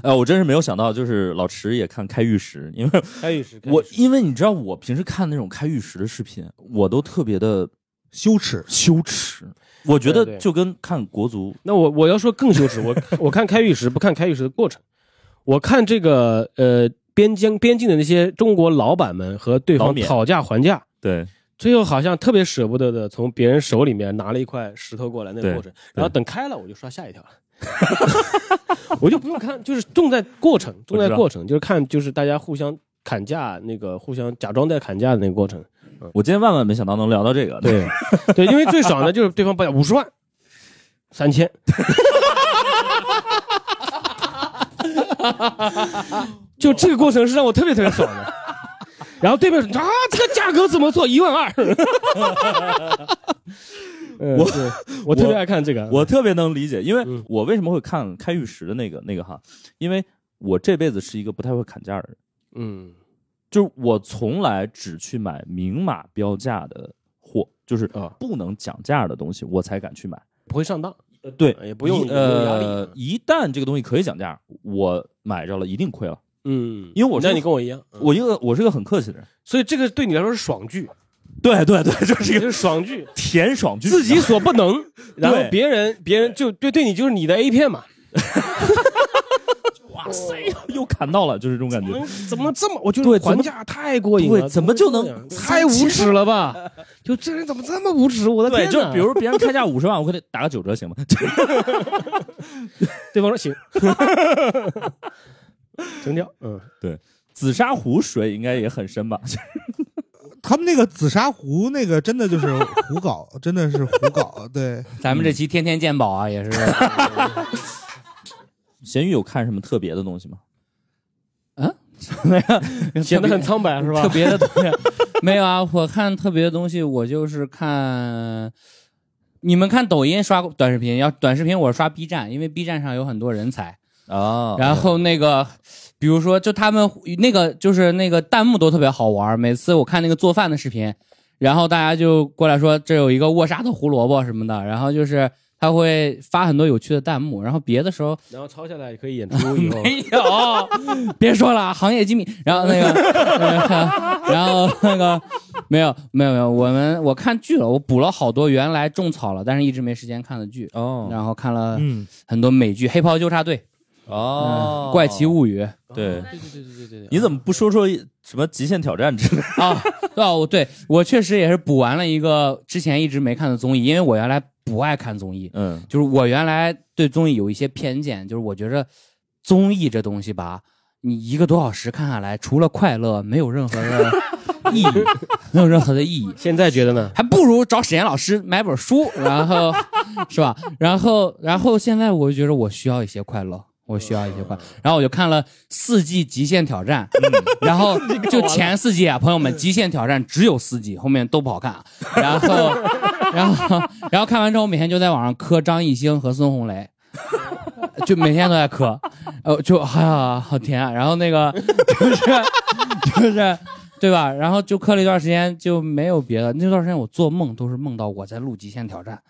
S2: 呃，我真是没有想到，就是老池也看开玉石，因为
S4: 开玉石，开玉
S2: 我
S4: 石
S2: 因为你知道，我平时看那种开玉石的视频，我都特别的
S3: 羞耻。
S2: 羞耻，我觉
S4: 对
S2: 得
S4: 对
S2: 就跟看国足
S4: 那我我要说更羞耻，我我看开玉石不看开玉石的过程，我看这个呃边疆边境的那些中国老板们和对
S2: 老
S4: 方
S2: 缅
S4: 讨价还价，
S2: 对
S4: 最后好像特别舍不得的从别人手里面拿了一块石头过来那个
S2: 对
S4: 过程，然后等开了我就刷下一条了。 我就不用看，就是重在过程，重在
S2: 我知道
S4: 过程，就是看就是大家互相砍价，那个互相假装在砍价的那个过程。嗯
S2: 我今天万万没想到能聊到这个，
S4: 对，对，因为最爽的就是对方报价五十万，三千，就这个过程是让我特别特别爽 的。然后对面说啊，这个价格怎么做？一万二。嗯
S2: 我
S4: 对 我特别爱看这个，嗯
S2: 我特别能理解，因为我为什么会看开玉石的那个那个哈，因为我这辈子是一个不太会砍价的人，
S4: 嗯
S2: 就是我从来只去买明码标价的货，就是
S4: 啊
S2: 不能讲价的东西，我才敢去买。
S4: 不会上当，
S2: 呃，对，
S4: 也不用
S2: 一
S4: 有压力嗯
S2: 呃，一旦这个东西可以讲价，我买着了一定亏了，
S4: 嗯，
S2: 因为我是
S4: 那你跟我一样，
S2: 我一个我是个很客气的人。
S4: 所以这个对你来说是爽剧，
S2: 对对对，就
S4: 这
S2: 是一
S4: 个
S2: 个
S4: 是爽剧，
S2: 甜爽剧，
S4: 自己所不能，然后
S2: 对
S4: 别人别人就对对你就是你的 A 片嘛，
S2: 哇塞，又砍到了，就是这种感觉。
S4: 能怎么这么？我觉
S2: 对
S4: 得
S2: 怎么
S4: 还价太过瘾啊
S2: 对
S4: 了，
S2: 怎么就能
S4: 这样太无耻了吧？就这人怎么这么无耻？ 我的
S2: 对，
S4: 天
S2: 就
S4: 哪！
S2: 比如别人开 价五十万，我给你打个九折行吗？
S4: 对方说行，成交，嗯，
S2: 紫砂壶水应该也很深吧？
S3: 他们那个紫砂壶那个真的就是胡搞， 真的是胡搞，对，
S5: 咱们这期天天鉴宝啊，也是，
S2: 嗯 咸鱼有看什么特别的东西吗？
S4: 显得很苍白是
S5: 特
S4: 吧？
S5: 别的东西没有啊，我看特别的东西，我就是看。你们看抖音刷短视频，要短视频我刷 B 站，因为 B 站上有很多人才。
S2: 啊
S5: 然后那个，比如说，就他们那个就是那个弹幕都特别好玩儿。每次我看那个做饭的视频，然后大家就过来说这有一个握沙的胡萝卜什么的，然后就是他会发很多有趣的弹幕。然后别的时候
S4: 然后抄下来可以演出以后，
S5: 没有， 别说了，行业机密。然后那个， 呃 然后那个，没有，没有，没有。我们我看剧了，我补了好多原来种草了，但是一直没时间看的剧。
S2: 哦
S5: 然后看了
S3: 嗯，
S5: 很多美剧，《黑袍纠察队》
S2: 哦
S5: 嗯怪奇物语》
S2: 对，
S4: 对对对对对对，
S2: 你怎么不说说什么极限挑战之类的？
S5: 啊，哦，对我确实也是补完了一个之前一直没看的综艺，因为我原来不爱看综艺，
S2: 嗯
S5: 就是我原来对综艺有一些偏见，就是我觉着综艺这东西吧，你一个多小时看下来，除了快乐，没有任何的意义， 没有任何的意义。
S4: 现在觉得呢？
S5: 还不如找史岩老师买本书，然后是吧？然后，然后现在我就觉得我需要一些快乐，我需要一些快乐。然后我就看了四季《极限挑战》嗯然后就前四季啊，朋友们，《极限挑战》只有四季，后面都不好看啊。然后，然后，然后看完之后，每天就在网上磕张艺兴和孙红雷。就每天都在磕，呃，就哎呀，好甜啊！然后那个就是就是对吧？然后就磕了一段时间，就没有别的。那段时间我做梦都是梦到我在录《极限挑战》，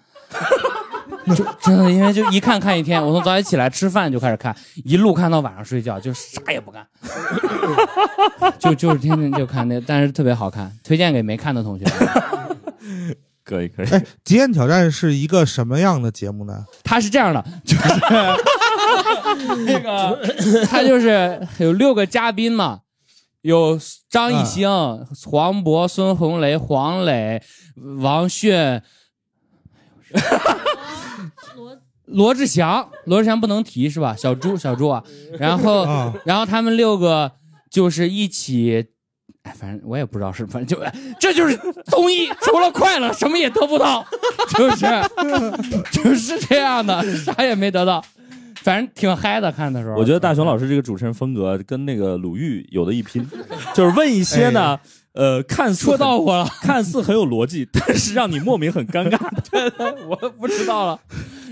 S5: 就真的，因为就一看看一天，我从早起起来吃饭就开始看，一路看到晚上睡觉，就啥也不干，就就是天天就看那，但是特别好看，推荐给没看的同学。
S2: 可以可以。
S3: 哎，极限挑战是一个什么样的节目呢？
S5: 他是这样的，就是 那个，他就是有六个嘉宾嘛，有张艺兴、黄渤、孙红雷、黄磊、王迅、
S8: 罗
S5: 罗志祥，罗志祥不能提是吧？小猪，小猪啊，然后，
S3: 啊，
S5: 然后他们六个就是一起。哎，反正我也不知道是，反正就 这就是综艺， 除了快乐什么也得不到，就是就是这样的，啥也没得到，反正挺嗨的，看的时候。
S2: 我觉得大雄老师这个主持人风格跟那个鲁豫有的一拼，就是问一些呢，呃，看似
S5: 说
S2: 很
S5: 哎到我了，
S2: 看似很有逻辑，但是让你莫名很尴 尬。
S5: 我不知道了，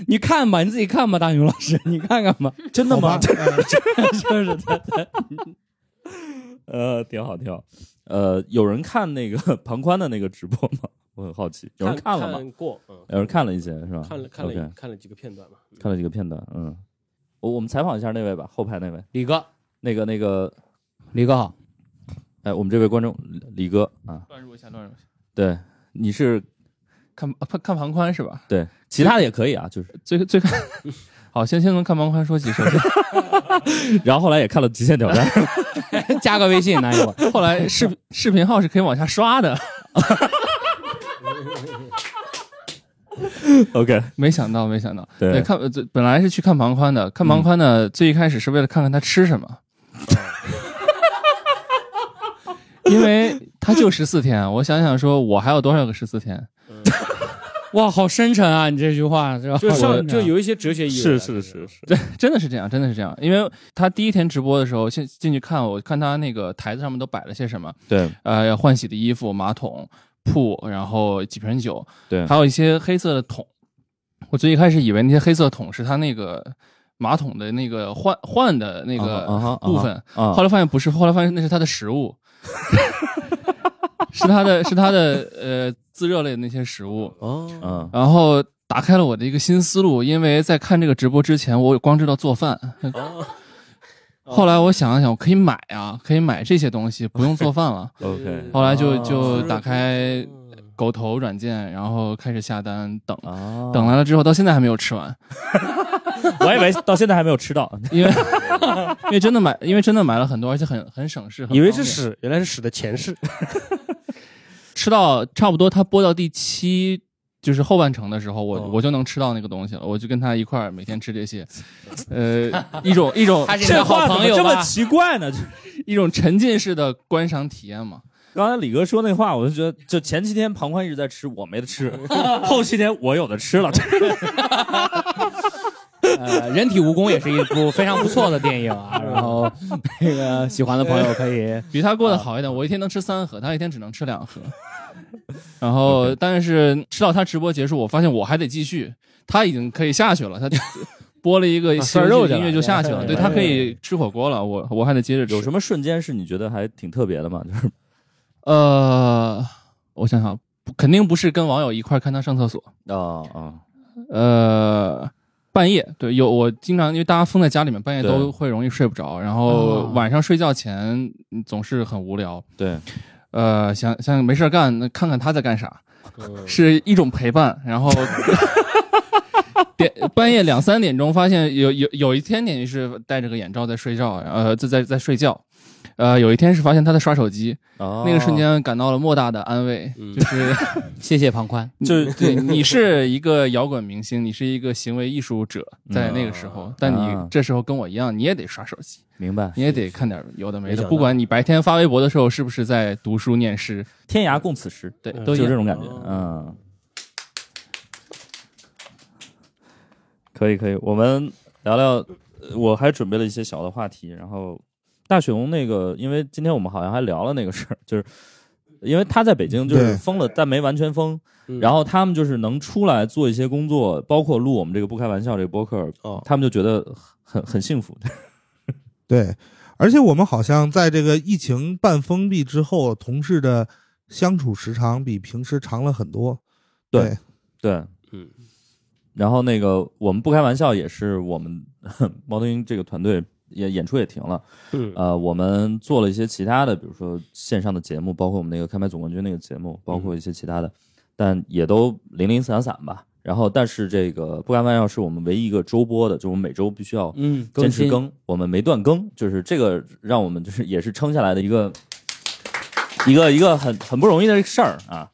S5: 你看吧，你自己看吧，大雄老师，你看看吧，
S3: 真的 吗？哎
S5: 就是他
S2: 呃，挺好，挺好。呃，有人看那个 庞宽的那个直播吗？我很好奇，有人看了吗？
S4: 看过，嗯，
S2: 有人看了一些是吧？
S4: 看了看
S2: o k
S4: 了看了几个片段嘛。
S2: 看了几个片段，嗯。我我们采访一下那位吧，后排那位，
S5: 李哥，
S2: 那个那个，
S5: 李哥好，
S2: 哎，我们这位观众李李哥啊，
S7: 乱入一下，乱入一下。
S2: 对，你是
S7: 看
S5: 呃
S7: 啊看庞宽是 吧？
S2: 对，其他的也可以啊，就是，
S7: 最最 看，好，先先从看庞宽说起。首先，
S2: 然后后来也看了《极限挑战》，
S5: 加个微信那一会儿，
S7: 后来视视频号是可以往下刷的。
S2: OK，
S7: 没想到，没想到，
S2: 对
S7: 看呃这本来是去看庞宽的，看庞宽呢，
S10: 嗯
S7: 最一开始是为了看看他吃什么，
S10: 哦
S7: 因为他就十四天，我想想说，我还有多少个十四天？
S5: 哇，好深沉啊！你这句话是吧？
S10: 嗯就
S5: 好
S10: 上
S5: 深沉
S10: 就有一些哲学意味
S1: 是
S10: 了。
S1: 是是是，
S7: 对，真的是这样，真的是这样。因为他第一天直播的时候，进进去看，我看他那个台子上面都摆了些什么，
S2: 对
S7: 呃，要换洗的衣服、马桶、铺，然后几瓶酒，
S2: 对
S7: 还有一些黑色的桶。我最一开始以为那些黑色桶是他那个马桶的那个换换的那
S2: 啊哈
S7: 个
S2: 啊哈
S7: 部分，
S2: 啊
S7: 后来发现不是，后来发现那是他的食物，是他的是他的呃 自热类的那些食物。
S10: 哦，
S2: 嗯
S7: 然后打开了我的一个新思路，因为在看这个直播之前，我光知道做饭。后来我想了想，我可以买啊，可以买这些东西，不用做饭了。
S2: ，OK
S7: 后来就
S2: 哦
S7: 就打开狗头软件，然后开始下单等。
S2: 啊，
S7: 等来了之后，到现在还没有吃完，
S2: 我以为到现在还没有吃到，
S7: 因为 因为真的买，因为真的买了很多，而且很很省事。很
S10: 以为
S7: 方
S10: 是
S7: 便
S10: 屎，原来是屎的前世。
S7: 吃到差不多，他播到第七，就是后半程的时候，我、
S10: 哦
S7: 我就能吃到那个东西了。我就跟他一块儿每天吃这些，呃，一种一种
S5: 他是你
S2: 这
S5: 的
S2: 话
S5: 好
S2: 怎么
S5: 朋
S2: 这
S5: 友
S2: 么
S5: 吧？
S2: 奇怪呢？
S7: 一种沉浸式的观赏体验嘛。
S2: 刚才李哥说那话，我就觉得，就前七天庞宽一直在吃，我没得吃； 后七天我有的 吃了。
S5: 呃，人体蜈蚣也是一部
S10: 啊
S5: 非常不错的电影啊。 然后那个喜欢的朋友可以，
S7: 比他过得好一点，我一天能吃三盒，他一天只能吃两盒。然后，但是吃到他直播结束，我发现我还得继续，他已经可以下去了，他就 播了一个
S10: 啊
S7: 西
S10: 涮肉
S7: 游记
S10: 去
S7: 的音
S10: 了
S7: 乐就下去了，对他可以吃火锅了，我我还得接着吃。
S2: 有什么瞬间是你觉得还挺特别的吗？就是
S7: 呃，我想想，不肯定不是跟网友一块儿看他上厕所。
S2: 啊啊，
S7: 呃，半夜对，有我经常因为大家封在家里面，半夜
S2: 对哦
S7: 都会容易睡不着，然后晚上睡觉前嗯总是很无聊。
S2: 对，
S7: 呃，想想没事儿干，那看看他在干啥，是一种陪伴。然后点半夜两三点钟，发现有有有一天点是戴着个眼罩在睡觉，呃，在在在睡觉。呃，有一天是发现他在刷手机，
S2: 哦
S7: 那个瞬间感到了莫大的安慰，就是
S5: 谢谢庞宽。
S7: 就是对你是一个摇滚明星，你是一个行为艺术者，在那个时候，但
S2: 啊
S7: 你这时候跟我一样，你也得刷手机，
S2: 明白，
S7: 你也得看点有的没
S10: 没
S7: 的，
S10: 想到
S7: 不管你白天发微博的时候是不是在读书念诗，
S2: 天涯共此时，
S7: 对，
S10: 嗯
S7: 都
S2: 就
S7: 一
S2: 这
S7: 样。
S2: 种感觉。嗯，可以可以，我们聊聊。呃我还准备了一些小的话题，然后大熊那个，因为今天我们好像还聊了那个事儿，就是因为他在北京就是
S3: 对
S2: 封了，但没完全封。
S10: 嗯
S2: 然后他们就是能出来做一些工作，包括录我们这个不开玩笑这个播客，
S10: 哦，
S2: 他们就觉得很很幸福。
S3: 对，而且我们好像在这个疫情半封闭之后，同事的相处时长比平时长了很多。
S2: 对
S3: 对
S2: 对，
S10: 嗯。
S2: 然后那个我们不开玩笑，也是我们 猫头鹰这个团队也演出也停了，
S10: 嗯
S2: 呃，我们做了一些其他的，比如说线上的节目，包括我们那个开麦总冠军那个节目，包
S5: 嗯
S2: 括一些其他的，但也都零零散散吧。然后，但是这个不开玩笑是我们唯一一个周播的，就我们每周必须要
S5: 嗯，
S2: 坚
S5: 更
S2: 持
S5: 新
S2: 更，我们没断更，就是这个让我们就是也是撑下来的一个一个一个很很不容易的事儿啊。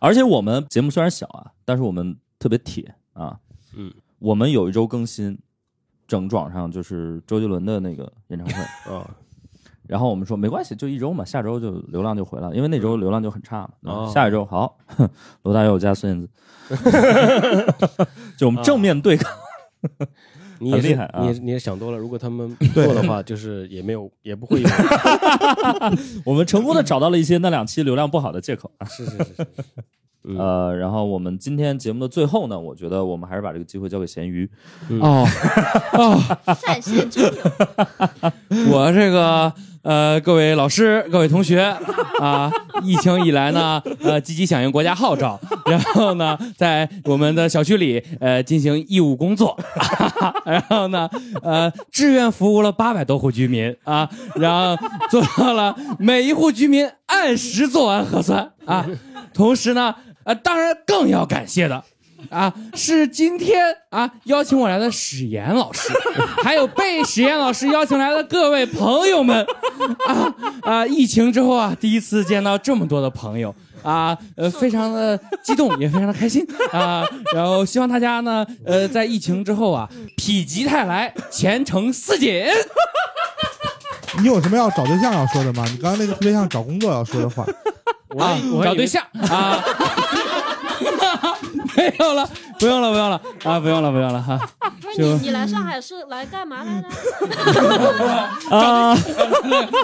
S2: 而且我们节目虽然小啊，但是我们特别铁啊，
S10: 嗯，
S2: 我们有一周更新，整撞上就是周杰伦的那个演唱会，
S10: 哦
S2: 然后我们说没关系，就一周嘛，下周就流浪就回来了，因为那周流浪就很差嘛。
S10: 嗯哦
S2: 下一周好，哼罗大佑加孙燕姿， 就我们正面对抗。
S10: 你也
S2: 很
S10: 是
S2: 厉害啊
S10: 你也是你也想多了。如果他们不做的话，就是也没有，也不 会有。
S2: 我们成功的找到了一些那两期流量不好的借口。啊
S10: 是是是是，嗯
S2: 呃，然后我们今天节目的最后呢，我觉得我们还是把这个机会交给咸鱼。
S10: 嗯
S5: 哦，
S8: 在线交友，
S5: 我这个呃，各位老师、各位同学 啊，疫情以来呢，呃，积极响应国家号召，然后呢，在我们的小区里呃进行义务工作，然后呢，呃，志愿服务了八百多户居民啊，然后做到了每一户居民按时做完核酸啊，同时呢，呃，当然更要感谢的啊，是今天啊邀请我来的史岩老师，还有被史岩老师邀请来的各位朋友们，啊 啊！疫情之后啊，第一次见到这么多的朋友啊，呃，非常的激动，也非常的开心啊。然后希望大家呢，呃，在疫情之后啊，否极泰来，前程似锦。
S3: 你有什么要找对象要说的吗？你刚刚那个特别像找工作要说的话，
S5: 啊，找对象啊。没有了，不用了，不用了啊，不用了，不用了哈、
S8: 不是
S5: 就
S8: 你，你来上海是来干嘛 来着？
S2: 啊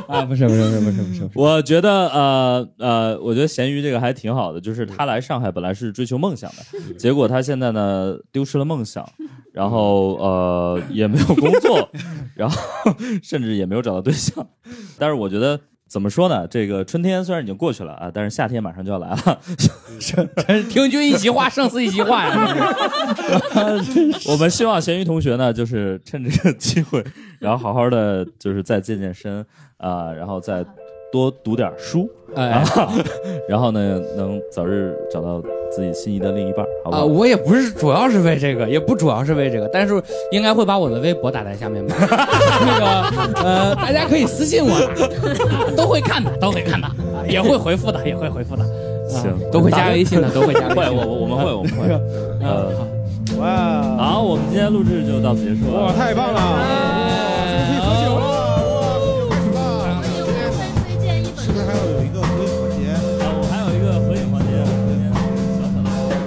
S5: 啊，不是不是不是不是不是，
S2: 我觉得呃呃，我觉得咸鱼这个还挺好的，就是他来上海本来是追求梦想
S5: 嗯
S2: 的，结果他现在呢丢失了梦想，然后呃也没有工作， 然后甚至也没有找到对象。但是我觉得怎么说呢，这个春天虽然已经过去了啊，但是夏天马上就要来了。
S5: 真是听君一席话，胜似一席话呀！
S2: 我们希望咸鱼同学呢，就是趁这个机 会，然后好好的就是再健健身啊、然后再多读点书。啊
S5: 哎
S2: 然后呢，能早日找到自己心仪的另一半，好不
S5: 啊，
S2: 好？
S5: 我也不是主要是为这个，也不主要是为这个，但是应该会把我的微博打在下面吧。 那个呃， 大家可以私信我的，都会看的，都会看的，啊也会回复的，也会回复的。啊
S2: 行
S5: 都会加微信的，都会加微 信
S2: 会，
S5: 的。啊
S2: 我我我们会，我 们会。呃，好
S10: 哇，
S2: 好，我们今天录制就到此结束了。
S10: 太棒了！
S5: 哎
S8: 有没有推推荐一本
S3: 是不是还要有一个合影环节？
S2: 啊我还有一个合影环节，今天小小的。